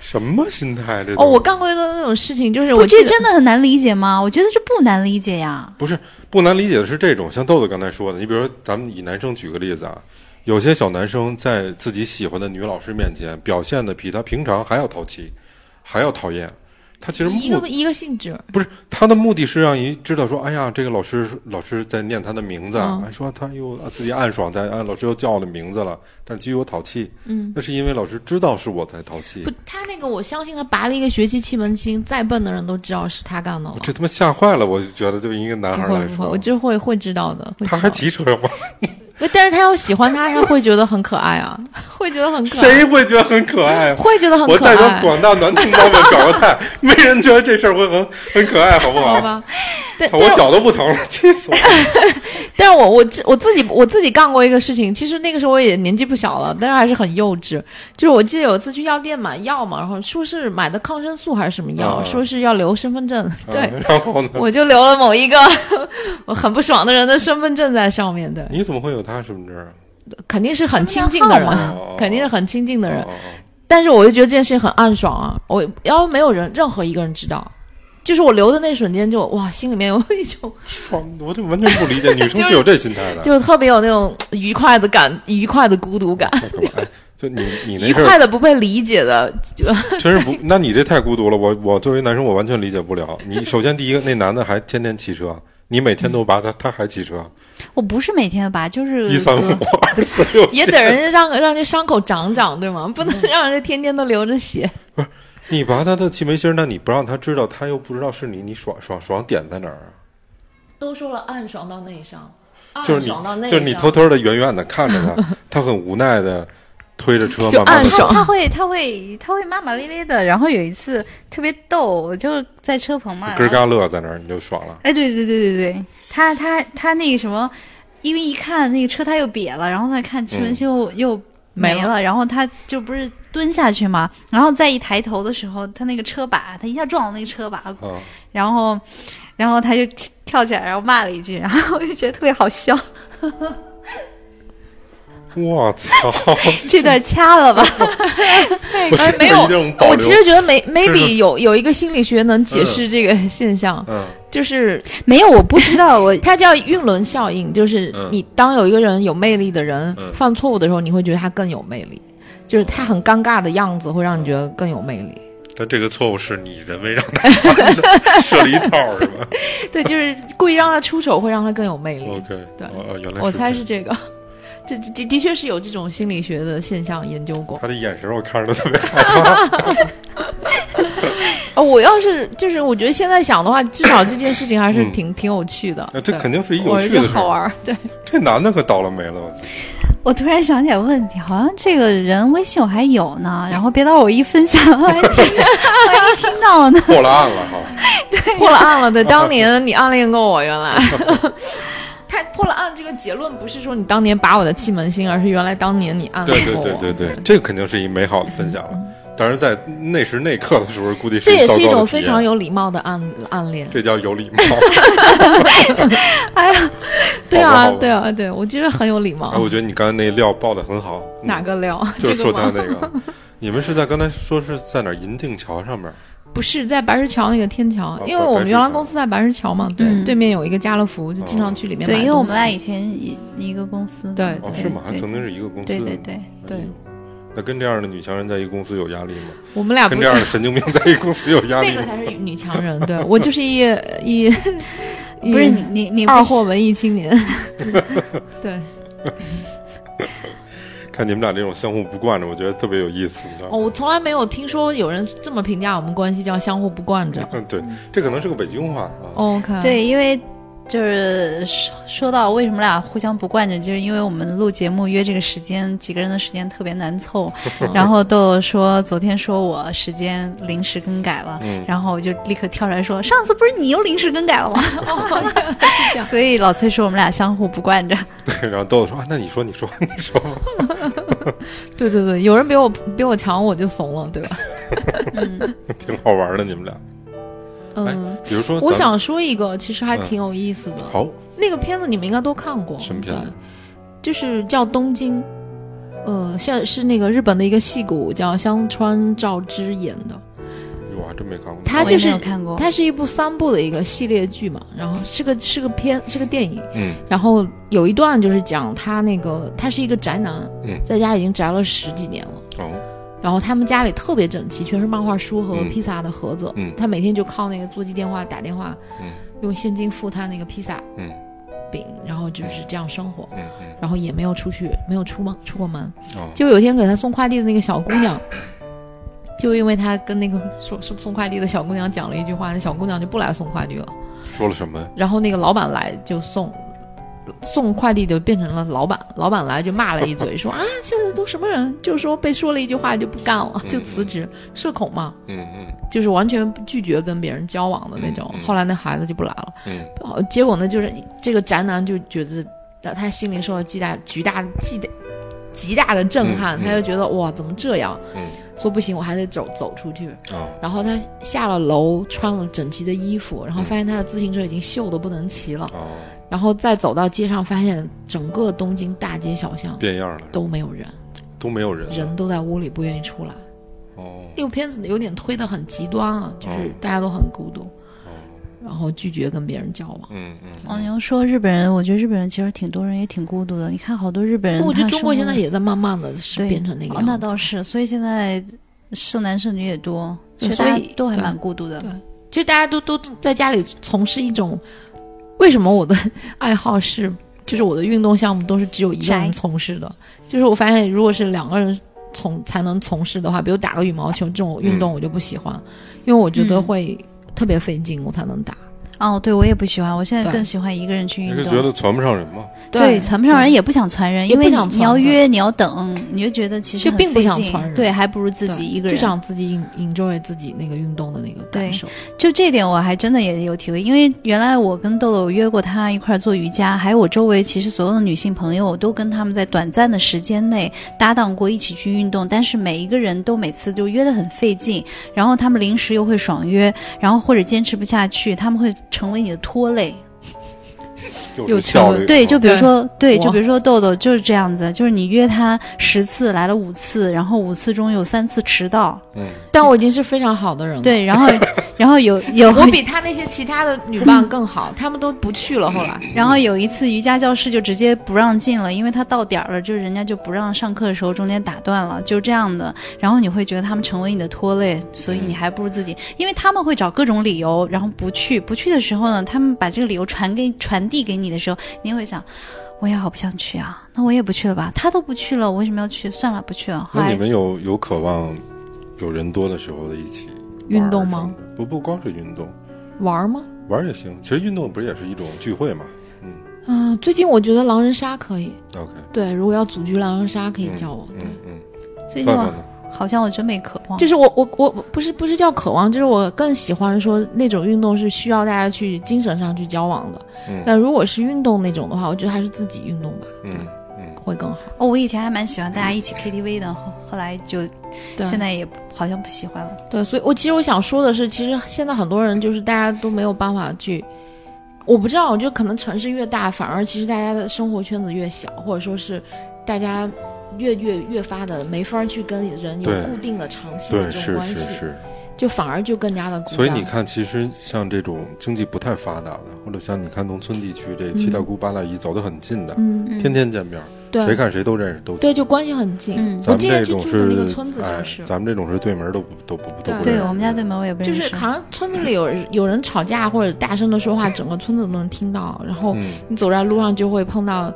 B: 什么心态？啊这都
D: 哦，我干过一个那种事情，就是
A: 不，
D: 我
A: 这
D: 记得
A: 真的很难理解吗？我觉得这不难理解呀。
B: 不是不难理解的是这种，像豆豆刚才说的，你比如说咱们以男生举个例子啊，有些小男生在自己喜欢的女老师面前表现的比他平常还要淘气，还要讨厌，他其实
D: 一个
B: 目
D: 一个性质，
B: 不是他的目的是让你知道说，哎呀，这个老师老师在念他的名字，
D: 嗯
B: 哎说他又自己暗爽，在啊老师又叫我的名字了，但是基于我淘气，
D: 嗯，
B: 那是因为老师知道是我在淘气
D: 不，，他那个我相信他拔了一个学期气门清，再笨的人都知道是他干的了
B: 我。这他妈吓坏了，我就觉得对于一个男
D: 不
B: 孩
D: 会
B: 来
D: 不会，
B: 说
D: 我，就会会知道的。会知
B: 他
D: 道
B: 还
D: 的
B: 骑车吗？
D: 不但是他要喜欢他，他会觉得很可爱啊， (laughs) 会觉得很可爱，
B: 谁会觉得很可爱啊？
D: (laughs) 会觉得很
B: 我
D: 可爱。
B: 代表广大男同胞们表个态，没人觉得这事儿会很很可
D: (laughs)
B: 爱，好不
D: 好
B: 好？
D: 吧，但
B: 我脚都不
D: (laughs)
B: 疼了，气死我！了。
D: 但是我我自我自己我自己干过一个事情，其实那个时候我也年纪不小了，但是还是很幼稚。就是我记得有一次去药店买药嘛，然后说是买的抗生素还是什么药，
B: 啊
D: 说是要留身份证， (laughs) 对
B: 啊，然后呢？
D: 我就留了某一个 (laughs) 我很不爽的人的身份证在上面，对，
B: 你怎么会有他身份证啊？
D: 肯定是很亲近的人
B: 身份证号码，
D: 肯定是很亲近的人
B: 哦。哦
D: 但是我就觉得这件事情很暗爽啊！我要没有人任何一个人知道，就是我留的那瞬间就哇，心里面有一种
B: 爽，我这完全不理解，女生
D: 就是
B: 是有这心态的。
D: 就特别有那种呃愉快的感，愉快的孤独感，
B: 太可
D: (laughs)
B: 怕哎就你你那
D: 愉
B: 事
D: 快
B: 儿
D: 的不被理解的，就
B: 真是不，那你这太孤独了。我我作为男生，我完全理解不了。你首先第一个，那男的还天天骑车，你每天都拔他，他还骑车，
A: 我不是每天拔，就是呃
B: 一三五 (laughs)
A: 隔
B: 二四六
D: 嗯 (laughs) 也得人家让让这伤口长长，对
B: 嗯
D: 吗？不能让人家天天都流着血。
B: 你拔他的气门芯儿，那你不让他知道，他又不知道是你，你爽爽爽点在哪儿啊？
D: 都说了暗爽到内伤，
B: 就是
D: 啊暗爽到
B: 你，
D: 内
B: 就是你
D: 伤
B: 偷偷的、远远的看着他，他很无奈的推着车，
D: 就
B: 慢慢
D: 暗
B: 的
D: 爽
A: 啊他他会他会他会骂骂咧咧的，然后有一次特别逗，我就在车棚嘛，
B: 咯
A: 然后
B: 嘎乐在那儿，你就爽了。
A: 哎，对对对对对，他他他那个什么，因为一看那个车胎又瘪了，然后再看
B: 嗯
A: 气门芯又、又没
D: 没了
A: 然后他就不是蹲下去嘛，然后再一抬头的时候，他那个车把他一下撞到那个车把，
B: 啊，
A: 然后然后他就跳跳起来，然后骂了一句，然后我就觉得特别好笑，
B: 我
D: (laughs)
B: 操！
A: 这段掐了吧。
B: (laughs) 我真的
D: 没有
B: 一种保
D: 我
B: 留
D: 其实觉得没
B: 这是
D: maybe 有有一个心理学能解释这个现象，
B: 嗯，
D: 就是
A: (laughs) 没有，我不知道，我
D: 它叫晕轮效应，就是
B: 嗯
D: 你当有一个人有魅力的人、
B: 嗯
D: 犯错误的时候，你会觉得他更有魅力，就是他很尴尬的样子会让你觉得更有魅力。
B: 但这个错误是你人为让他犯
D: (laughs)
B: 的，设了一套是吧
D: 对，就是故意让他出丑，会让他更有
B: (laughs)
D: 魅力。
B: ？OK，
D: 对
B: 哦哦，原来
D: 我猜是
B: 这
D: 这个， (laughs) 这的的确是有这种心理学的现象研究过
B: 样。。他的眼神我看着都特别害怕。
D: 哦，我要是就是我觉得现在想的话，至少这件事情还是
B: 嗯
D: 挺、挺有趣的。
B: 啊这肯定是一有
D: 我
B: 趣
D: 觉
B: 的
D: 得
B: 事
D: 好玩
B: 儿。
D: 儿，对，
B: 这男的可倒了霉了，我操
A: 我突然想起来问题，好像这个人微信我还有呢，然后别到我一分享，万一听 (laughs) 万一听到了呢？
B: 破了案了
D: (laughs)
B: 哈。
D: 破了案了。对，当年你暗恋过我，原来。 (laughs) 他破了案这个结论不是说你当年把我的气门芯，而是原来当年你暗
B: 对
D: 恋
B: 对
D: 过我。
B: 对对对，这肯定是一美好的分享了。但是在那时那刻的时候，估计
D: 这也
B: 糟
D: 是一
B: 糕的
D: 种
B: 体
D: 非
B: 验
D: 常，有礼貌的暗暗恋。
B: 这叫有礼
D: (laughs)
B: 貌。
D: 对
B: 好吧
D: 啊
B: 好吧，
D: 对啊，对，我觉得很有礼貌
B: 哎，。我觉得你刚才那料爆的很好。嗯
D: 哪个料？
B: (laughs) 就
D: 这
B: 是说
D: 个
B: 他
D: 吗？
B: 那个， (laughs) 你们是在刚才说是在哪儿银锭桥上面？
D: 不是在白石桥那个天桥
B: 哦，
D: 因为我们原来公司在白石桥嘛，对
A: 嗯，
D: 对面有一个家乐福，就经常去里面
A: (laughs) 对，
D: 买东西。
A: 因为我们俩以前一一个公司的，
D: 对
B: 哦，
A: 对
B: 是吗？还
A: 对
B: 曾经是一个公司。
A: 对对。对，
D: 对
B: 哎呦。那跟这样的女强人在一个公司有压力吗？
D: 我们啊俩不
B: 哦跟
D: 是
B: 这样的神经病在一个公司有压力
D: (laughs)
B: 吗
D: 那个？才是女强人，
B: (laughs)
D: 对我就是一 (laughs) 一一
A: 不是你你你
D: 二
A: 不是
D: 货文艺
B: (laughs)
D: 青年，对。
B: 看你们俩这种相互不惯着，我觉得特别有意思，你知道
D: 哦，
B: 吗？
D: 我从来没有听说有人这么评价我们关系，叫相互不惯着。
B: 嗯， (laughs) 对，这可能是个北京话啊。
D: OK，，
A: 对，因为就是说说到为什么俩互相不惯着，就是因为我们录节目约这个时间，几个人的时间特别难凑。然后豆豆说昨天说我时间临时更改了，
B: 嗯
A: 然后我就立刻跳出来说，上次不是你又临时更改了吗？所以老崔说我们俩相互不惯着。
B: 对，然后豆豆说：“啊，那你说，你说，你说。
D: 对对对，有人比我比我强，我就怂了，对吧？”
B: 挺好玩的，你们俩。
D: 嗯。
B: 比如说，哎
D: 我
B: 咱们
D: 想说一个，其实还
B: 嗯
D: 挺有意思的。
B: 好，
D: 那个片子你们应该都看过。
B: 什么片子
D: 对？就是叫《东京》，呃，现在是那个日本的一个戏骨叫香川照之演的。
B: 哟我还真没看过。
D: 他
A: 我
D: 就
A: 也
D: 是
A: 没有看过，
D: 它是一部三部的一个系列剧嘛，然后是个是个片是个电影，
B: 嗯，
D: 然后有一段就是讲他那个他是一个宅男，
B: 嗯
D: 在家已经宅了十几年了。
B: 哦，
D: 然后他们家里特别整齐，全是漫画书和
B: 嗯
D: 披萨的盒子。
B: 嗯
D: 他每天就靠那个座机电话打电话，
B: 嗯
D: 用现金付他那个披萨
B: 嗯
D: 饼，然后就是这样生活。
B: 嗯嗯，
D: 然后也没有出去，没有出门出过门。
B: 哦，
D: 就有一天给他送快递的那个小姑
B: (coughs)
D: 娘，就因为他跟那个说说送快递的小姑娘讲了一句话，那小姑娘就不来送快递了。
B: 说了什么？
D: 然后那个老板来就送，送快递就变成了老板，老板来就骂了一嘴，说啊， (laughs) 现在都什么人，就说被说了一句话就不干了，就辞职，社恐嘛，
B: 嗯嗯
D: 就是完全拒绝跟别人交往的那种
B: 嗯。嗯
D: 后来那孩子就不来了，
B: 嗯
D: 哦结果呢，就是这个宅男就觉得他他心里受到巨大巨大巨大极大的震撼，
B: 嗯嗯
D: 他就觉得哇，怎么这样？
B: 嗯
D: 说不行，我还得走走出去。
B: 哦，
D: 然后他下了楼，穿了整齐的衣服，
B: 嗯
D: 然后发现他的自行车已经锈的不能骑了。
B: 哦，
D: 然后再走到街上，发现整个东京大街小巷
B: 变样了，
D: 都没有人，
B: 都没有人了，
D: 人都在屋里不愿意出来。
B: 哦
D: 那个片子有点推的很极端啊，
A: 哦
D: 就是
B: 嗯
D: 大家都很孤独，
B: 哦，
D: 然后拒绝跟别人交往。
B: 嗯嗯
D: 哎
A: 哦，你要说日本人，我觉得日本人其实挺多人也挺孤独的。你看好多日本人，
D: 我觉得
A: 他
D: 中国
A: 生
D: 现在
A: 活
D: 也在慢慢的是
A: 对
D: 变成那个
A: 哦
D: 样，子。
A: 那倒是，所以现在剩男剩女也多，
D: 对
A: 其实大
D: 所
A: 家
D: 以
A: 都还
D: 对
A: 蛮孤独的
D: 对。就大家都都在家里从事一种，为什么我的 (laughs) 爱好是，就是我的运动项目都是只有一个人
A: 宅
D: 从事的，就是我发现如果是两个人从才能从事的话，比如打个羽毛球这种运动我就不喜欢，因为我觉得
A: 嗯
D: 会特别费劲，我才能打。
A: 哦，对我也不喜欢，我现在
D: 对
A: 更喜欢一个人去
B: 你
A: 运
B: 是
A: 动。
B: 觉得传不上人吗？
A: 对，传不上人
D: 对
A: 也不想传人，
D: 也
A: 因
D: 不
A: 为
D: 想
A: 你你
D: 传
A: 要
D: 对
A: 约，你要等，你就觉得其实
D: 就
A: 很
D: 并不
A: 费
D: 想
A: 劲
D: 传人
A: 对，还不如自
D: 对
A: 己一个
D: 就
A: 人。
D: 想自己 en- enjoy 自己那个运动的那个感
A: 对
D: 受。
A: 就这点我还真的也有体会，因为原来我跟豆豆约过她一块儿做瑜伽，还有我周围其实所有的女性朋友，我都跟她们在短暂的时间内搭档过一起去运动，但是每一个人都每次就约得很费劲，然后她们临时又会爽约，然后或者坚持不下去，她们会成为你的拖累。
B: 有效率，
A: 对，就比如说，对，
D: 我
A: 就比如说豆豆就是这样子，就是你约他十次来了五次，然后五次中有三次迟到，
B: 嗯
D: 但我已经是非常好的人了。
A: 对， (laughs) 然后然后有有
D: 我比他那些其他的女伴更好，他们都不去了。后来，
A: 然后有一次瑜伽教室就直接不让进了，因为他到点儿了，就是人家就不让上课的时候中间打断了，就这样的。然后你会觉得他们成为你的拖累，所以你还不如自己，
B: 嗯
A: 因为他们会找各种理由，然后不去。不去的时候呢，他们把这个理由传给传递给你的时候，你也会想，我也好不想去啊，那我也不去了吧。他都不去了，我为什么要去？算了，不去了。后
B: 那你
A: 来
B: 们有有渴望有人多的时候的一起玩
D: 运动吗
B: 什么的？不不光是运动，
D: 玩儿吗？
B: 玩儿也行。其实运动不是也是一种聚会嘛
D: 嗯、最近我觉得狼人杀可以。
B: ？OK，
D: 对，如果要组局狼人杀，可以
B: 嗯
D: 叫我。对，
B: 嗯嗯，
D: 哎
A: 最近
B: 范范
A: 我
B: 呢？
A: 好像我真没渴望
D: 就。是我我我我不是不是叫渴望，就是我更喜欢说那种运动是需要大家去精神上去交往的。
B: 嗯
D: 但如果是运动那种的话，我觉得还是自己运动吧，
B: 嗯嗯，
D: 会更好。
A: 哦，我以前还蛮喜欢大家一起 KTV 的，后后来就
D: 对，啊
A: 现在也好像不喜欢了。
D: 对，所以我其实我想说的是，其实现在很多人就是大家都没有办法去，我不知道，我觉得可能城市越大，反而其实大家的生活圈子越小，或者说是大家越越越发的没法儿去跟人有
B: 对
D: 固定的长期
B: 嗯
D: 的
B: 对，
D: 这种
B: 是
D: 关
B: 是
D: 系，
B: 是。
D: 就反而就更加的孤单。
B: 所以你看，其实像这种经济不太发达的，或者像你看农村地区这七大姑八大姨走得很近的，
D: 嗯，
A: 嗯
B: 天天见面，谁
D: 对
B: 看谁都认识，都
D: 对，就关系很近。
A: 嗯
B: 咱
D: 我
B: 们
D: 今天
B: 这
D: 去
B: 种
D: 住的那个
B: 是
D: 村子就
B: 哎
D: 是，
B: 咱们这种是对门儿都不都不都不
D: 对
A: 对
B: 认识
A: 我们家对门我也不
D: 就
A: 认识，
D: 是好像村子里有有人吵架或者大声的
B: (laughs)
D: 说话，整个村子都能听到。然后
B: 嗯
D: 你走在路上就会碰到，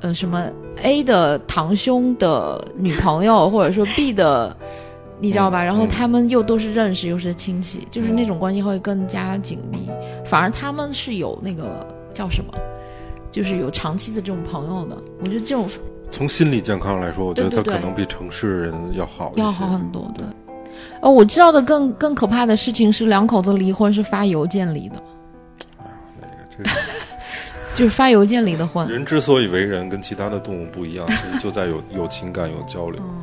D: 呃，什么 A 的堂兄的女朋友，或
B: (laughs)
D: 者说 B 的，你知道吧？
B: 嗯
D: 然后
B: 嗯
D: 他们又都是认识，又是亲戚，就是那种关系会更加紧密。反而他们是有那个叫什么，就是有长期的这种朋友的。我觉得这种
B: 从心理健康来说，我觉得
D: 对
B: 他
D: 对对
B: 可能比城市人要好一些，
D: 要好很多的。哦，我知道的更更可怕的事情是，两口子离婚是发邮件离的，
B: 这啊个
D: (laughs) 就是发邮件离的婚。
B: (laughs) 人之所以为人，跟其他的动物不一样，其实就在
D: (laughs)
B: 有有情感、有交流。
D: 嗯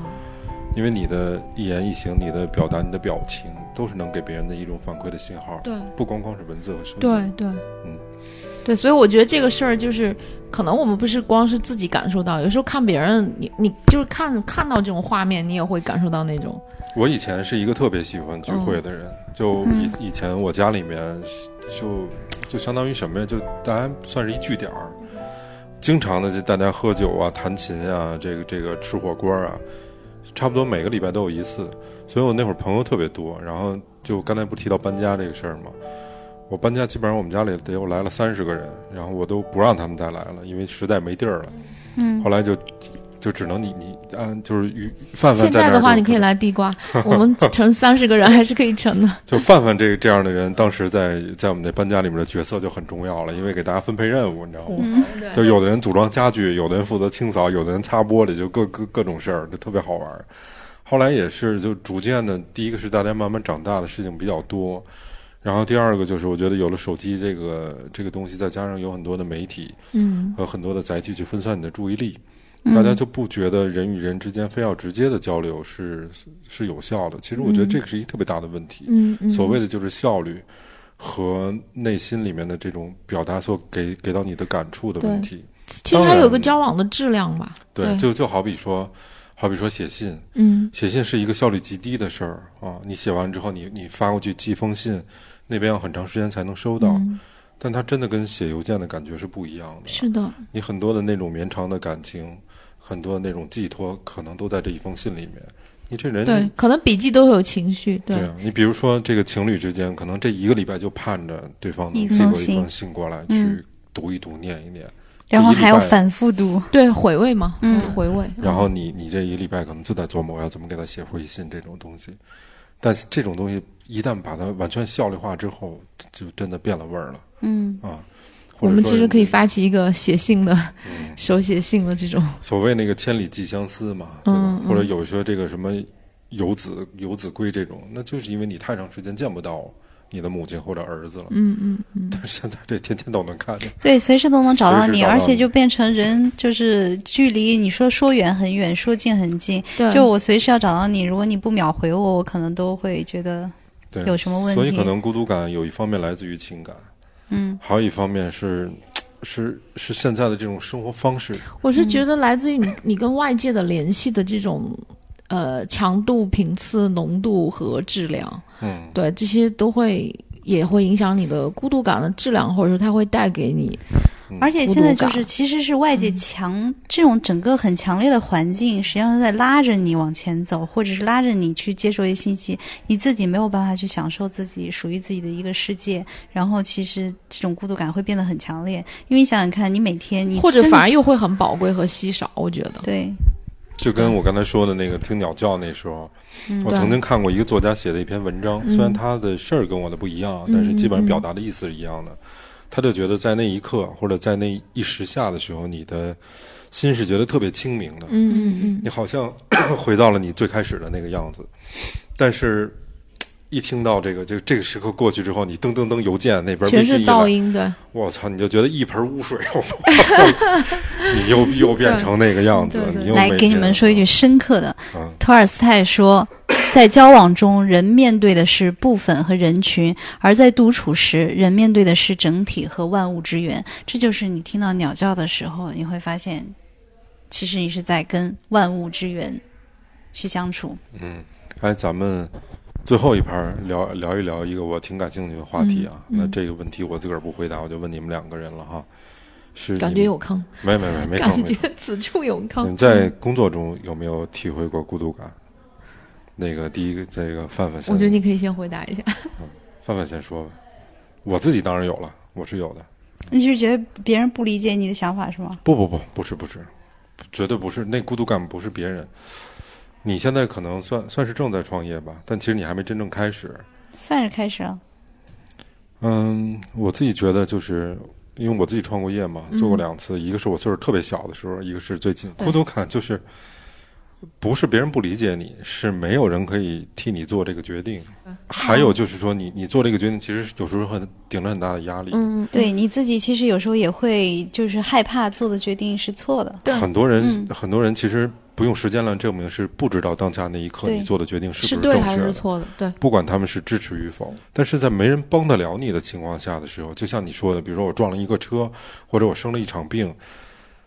B: 因为你的一言一行、你的表达、你的表情，都是能给别人的一种反馈的信号，
D: 对
B: 不光光是文字和声音。
D: 对对，
B: 嗯，
D: 对，所以我觉得这个事儿就是，可能我们不是光是自己感受到，有时候看别人，你你就是看看到这种画面，你也会感受到那种，
B: 我以前是一个特别喜欢聚会的人，
D: 嗯
B: 就以以前我家里面就就相当于什么呀，就大家算是一据点儿，经常的就大家喝酒啊、弹琴啊、这个这个吃火锅啊，差不多每个礼拜都有一次，所以我那会儿朋友特别多。然后就刚才不提到搬家这个事儿吗？我搬家基本上我们家里得有来了三十个人，然后我都不让他们再来了，因为实在没地儿了。嗯，后来就就只能你你按就是与范范
D: 现在
B: 那儿
D: 的话，
B: 就
D: 你可以来
B: (laughs)
D: 地瓜，我们乘三十个人还是可以乘的。
B: 就范范这这样的人，当时在在我们那搬家里面的角色就很重要了，因为给大家分配任务，你知道吗？就有的人组装家具，有的人负责清扫，有的人擦玻璃，就各各各种事儿，就特别好玩儿。后来也是，就逐渐的，第一个是大家慢慢长大了，事情比较多，然后第二个就是我觉得有了手机这个这个东西，再加上有很多的媒体
D: 嗯，
B: 和很多的载体去分散你的注意力，大家就不觉得人与人之间非要直接的交流是是是有效的。其实我觉得这个是一个特别大的问题。
D: 嗯嗯，
B: 所谓的就是效率和内心里面的这种表达所给给到你的感触的问题。
D: 其实
B: 当
D: 它有
B: 然
D: 个交往的质量吧。
B: 对，
D: 对
B: 就就好比说，好比说写信，
D: 嗯
B: 写信是一个效率极低的事儿啊。你写完之后你，你发过去寄封信，那边要很长时间才能收到，
D: 嗯，
B: 但它真的跟写邮件的感觉是不一样的。
D: 是的，
B: 你很多的那种绵长的感情，很多的那种寄托，可能都在这一封信里面。你这人
D: 对，可能笔记都会有情绪，对，
B: 啊，你比如说这个情侣之间，可能这一个礼拜就盼着对方能
A: 一
B: 寄
A: 封
B: 过一
A: 信
B: 封信过来，
A: 嗯
B: 去读一读、念一念，
A: 然后
B: 就一礼
A: 还要
B: 拜
A: 反复读，
D: 对回味嘛，
A: 嗯
D: 回味。
B: 然后你你这一礼拜可能就在琢磨我要怎么给他写回信这种东西，但是这种东西一旦把它完全效率化之后，就真的变了味儿了
A: 嗯，
B: 啊。或
D: 我
B: 者
D: 们
B: 说
D: 其实可以发起一个写信的、
B: 嗯
D: 手写信的这种，
B: 所谓那个千里寄相思嘛，对吧？
D: 嗯嗯
B: 或者有说这个什么游子游子归这种，那就是因为你太长时间见不到你的母亲或者儿子了，
D: 嗯嗯嗯，
B: 但是现在这天天都能看见。
A: 对，随时都能找到
B: 随时
A: 你，
B: 找到
A: 而
B: 你
A: 且就变成人就是距离，你说说远很远，说近很近，
D: 对，
A: 就我随时要找到你，如果你不秒回我，我可能都会觉得，
B: 对，
A: 有什么问
B: 所以
A: 题
B: 可能孤独感有一方面来自于情感，
A: 嗯，
B: 还有一方面是是是现在的这种生活方式。
D: 我是觉得来自于你你跟外界的联系的这种。呃，强度、频次、浓度和质量，
B: 嗯，
D: 对这些都会也会影响你的孤独感的质量，或者说它会带给你
A: 而且
D: 嗯孤
A: 现在
D: 独
A: 就
D: 感嗯
A: 是其实是外界强这种整个很强烈的环境，实际上是在拉着你往前走，或者是拉着你去接受一些信息，你自己没有办法去享受自己属于自己的一个世界，然后其实这种孤独感会变得很强烈，因为你想想看，你每天你
D: 或者
A: 真的
D: 反而又会很宝贵和稀少，我觉得。
A: 对，
B: 就跟我刚才说的那个听鸟叫那时候，
A: 嗯
B: 我
D: 对
B: 曾经看过一个作家写的一篇文章，
D: 嗯
B: 虽然他的事儿跟我的不一样，
A: 嗯
B: 但是基本上表达的意思是一样的。他就觉得在那一刻或者在那一时下的时候，你的心是觉得特别清明的，
D: 嗯嗯
B: 你好像 (coughs) 回到了你最开始的那个样子，但是。一听到这个，这个这个时刻过去之后，你噔噔噔邮件那边
D: 全
B: 微信
D: 是
B: 一
D: 噪
B: 来，
D: 音，对，
B: 我操，你就觉得一盆污水，我操 (laughs) 你又又变成那个样子了。
D: 对对
B: 你又
A: 来
B: 没
A: 给你
B: 变
A: 们说一句深刻的，
B: 嗯
A: 托尔斯泰说，在交往中，人面对的是部分和人群；而在独处时，人面对的是整体和万物之源。这就是你听到鸟叫的时候，你会发现，其实你是在跟万物之源去相处。
B: 嗯，哎，咱们最后一盘儿聊聊一聊一个我挺感兴趣的话题啊。
D: 嗯嗯
B: 那这个问题我自个儿不回答，我就问你们两个人了哈。是
D: 感
B: 你
D: 觉
B: 们
D: 有坑，
B: 没没没没
D: 感
B: 坑没
D: 觉
B: 坑。
D: 此处有
B: 你
D: 坑
B: 们。在工作中有没有体会过孤独感？那个第一个，这个范范先，
D: 我觉得你可以先回答一下。
B: 范范先说吧。我自己当然有了，我是有的。
A: 你是觉得别人不理解你的想法是吗？
B: 不不不，不是不是，绝对不是。那孤独感不是别人。你现在可能算算是正在创业吧，但其实你还没真正开始。
A: 算是开始了。
B: 嗯，我自己觉得就是因为我自己创过业
D: 嗯
B: 嘛，做过两次，一个是我岁数特别小的时候，一个是最近。孤独感就是不是别人不理解你，是没有人可以替你做这个决定。还有就是说你，你做这个决定，其实有时候很顶着很大的压力。
D: 嗯，
A: 对你自己，其实有时候也会就是害怕做的决定是错的。
D: 对嗯
B: 很多人，很多人其实不用时间来证明，是不知道当下那一刻
A: 对
B: 你做的决定
D: 是
B: 不是
D: 对
B: 正
D: 还
B: 确
D: 是
B: 的。
D: 错的？对，
B: 不管他们是支持与否，但是在没人帮得了你的情况下的时候，就像你说的，比如说我撞了一个车，或者我生了一场病，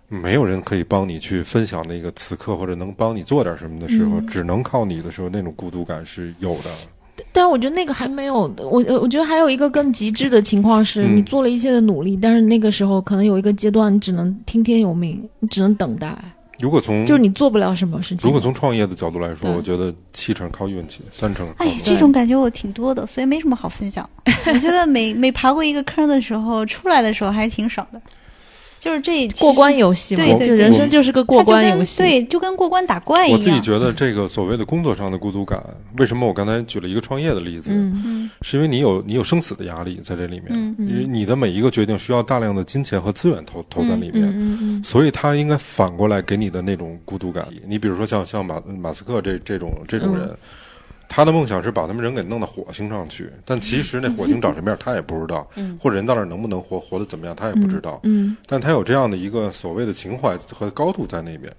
B: 没有人可以帮你去分享那个此刻，或者能帮你做点什么的时候，
D: 嗯
B: 只能靠你的时候，那种孤独感是有的。
D: 但我觉得那个还没有，我我觉得还有一个更极致的情况是，
B: 嗯
D: 你做了一切的努力，但是那个时候可能有一个阶段，你只能听天由命，你只能等待。
B: 如果从
D: 就是你做不了什么事情。
B: 嗯如果从创业的角度来说，
D: 对
B: 我觉得七成靠运气，三成靠
A: 哎，这种感觉我挺多的，所以没什么好分享。我觉得每每爬过一个坑的时候，出来的时候还是挺爽的。就是这
D: 过关游戏嘛，
A: 对对
D: 就人生就是个过关游
A: 它
D: 戏。
A: 就跟对，就跟过关打怪一样。
B: 我自己觉得这个所谓的工作上的孤独感，为什么我刚才举了一个创业的例子，
D: 嗯，
A: 嗯
B: 是因为你有你有生死的压力在这里面，
A: 嗯
B: 因为你的每一个决定需要大量的金钱和资源投投在里面。
D: 嗯嗯
B: 所以它应该反过来给你的那种孤独感。你比如说像像马马斯克这这种这
D: 嗯
B: 种人，他的梦想是把他们人给弄到火星上去，但其实那火星长什么样他也不知道，或者人到那儿能不能活，活得怎么样他也不知道。
D: 嗯
B: 但他有这样的一个所谓的情怀和高度在那边，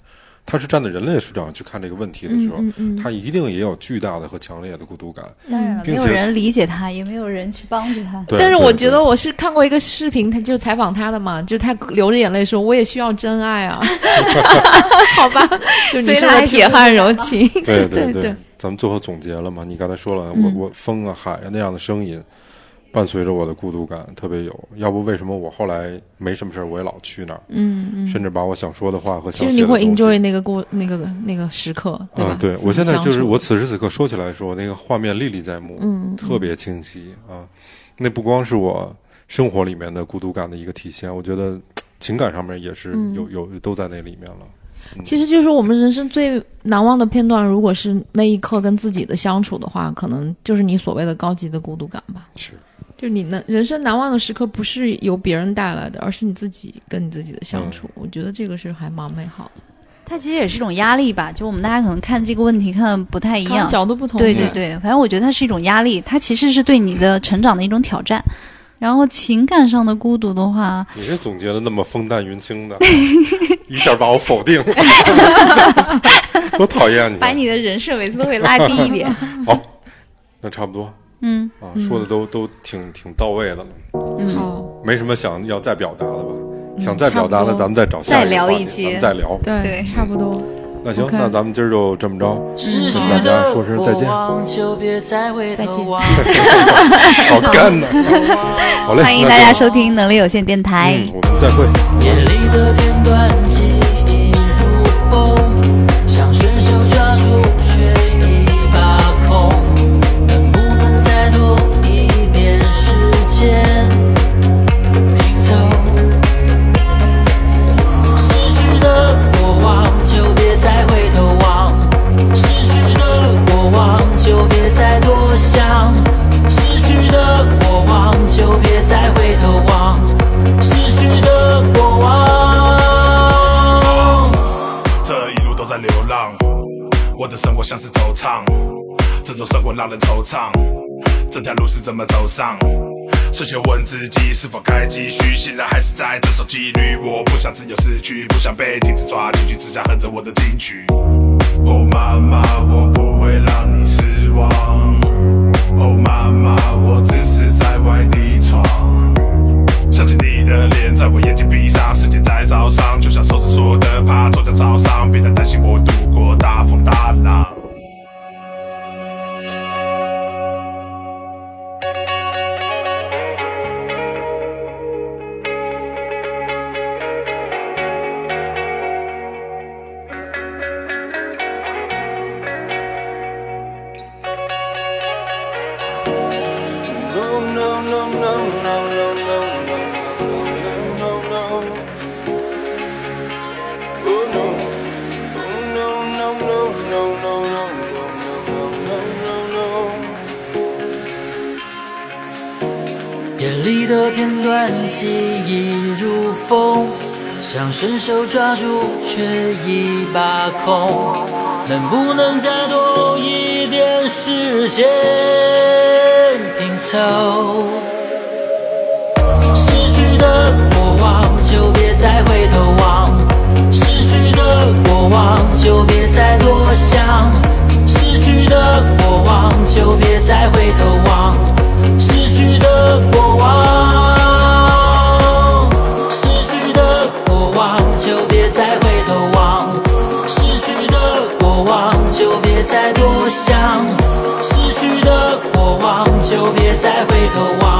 B: 他是站在人类视角去看这个问题的时候，
D: 嗯嗯嗯
B: 他一定也有巨大的和强烈的孤独感。
A: 当然了，
B: 并
A: 没有
B: 且
A: 人理解他，也没有人去帮助他。
B: 对
D: 但是我
B: 对
D: 觉
B: 对
D: 得我是看过一个视频，他就采访他的嘛，就他流着眼泪说：“我也需要真爱
A: (laughs)
D: 啊。”好吧，就你
A: 所
D: 说
A: 以他还
D: 的
A: 是
D: 铁汉柔情，
B: 对
D: 对
B: 对
D: 对
B: 咱们最后总结了嘛？你刚才说了，我
D: 嗯
B: 我风啊海啊那样的声音，伴随着我的孤独感特别有。要不为什么我后来没什么事儿，我也老去那儿，
D: (laughs) 嗯嗯。
B: 甚至把我想说的话和
D: 其
B: 想写
D: 实你
B: 的东
D: 会
B: 西。
D: enjoy 那个过那个那个时刻，对吧
B: 啊，？对
D: 自己
B: 我现在就
D: 相
B: 是
D: 处
B: 我，此时此刻说起来说，那个画面历历在目，
D: 嗯，
B: 特别清晰啊。那不光是我生活里面的孤独感的一个体现，我觉得情感上面也是
D: 嗯
B: 有有都在那里面了。
D: 其实就是我们人生最难忘的片段，如果是那一刻跟自己的相处的话，可能就是你所谓的高级的孤独感吧。
B: 是，
D: 就你能人生难忘的时刻，不是由别人带来的，而是你自己跟你自己的相处。我觉得这个是还蛮美好的，
A: 它其实也是一种压力吧，就我们大家可能看这个问题看得不太一
D: 可能
A: 样。
D: 角度不同。
A: 对对对，反正我觉得它是一种压力，它其实是对你的成长的一种挑战。然后情感上的孤独的话，
B: 你这总结的那么风淡云轻的， (laughs) 一下把我否定了，多讨厌你！啊
A: 把你的人设每次都会拉低一点。
B: 好，那差不多
A: (laughs) 嗯，
B: 啊，说的都都挺挺到位的了，
D: 对，好，
B: 没什么想要再表达的吧？
A: 嗯
B: 想再表达
D: 差不
B: 的，
D: 多
B: 咱们再找下
A: 再聊
B: 一个话
A: 一
B: 题
A: 期
B: 咱们再聊。
A: 对
D: 差不多。
B: 那行
D: OK
B: 那咱们今儿就这么着，
A: (laughs)
H: 失去
B: 跟大家
H: 的
B: 说声再见
H: 过往就别再回
D: 再
H: 头
D: 见
H: 望。
B: 好干呐！好嘞，
A: 欢迎大家收听能力有限电台。
B: 嗯，我们再会。
H: 夜里的片段记忆如风，想伸手抓住却已把控。能不能再多一点时间拼凑？失去的过往就别再回头望，失去的过往就别再多想，失去的过往就别再回头望，失去的过往。
I: 这一路都在流浪，我的生活像是惆怅，这种生活让人惆怅，这条路是怎么走上？睡前问自己是否该继续，醒来还是在这首几率，我不想自由失去，不想被停止抓进去，只想哼着我的金曲。哦妈妈，我不会让你失望。哦妈妈，我只是在外地闯。想起你的脸，在我眼睛闭上，时间在早上，就像手指说的，怕错在早上，别太担心我度过大风大浪。
C: No, no, no, no, no, no, no, no, no, no, no. Oh no. Oh no, no, no, no, no, no, no, no, no, no, no.
H: 夜里的片段记忆如风，想伸手抓住却已把控，能不能再多一点时间拼凑？失去的过往就别再回头望，失去的过往就别再多想，失去的过往就别再回头望，失去的过往，失去的过往就别再回头望，失去的过往就别再多想，失去的过往就别再回头望。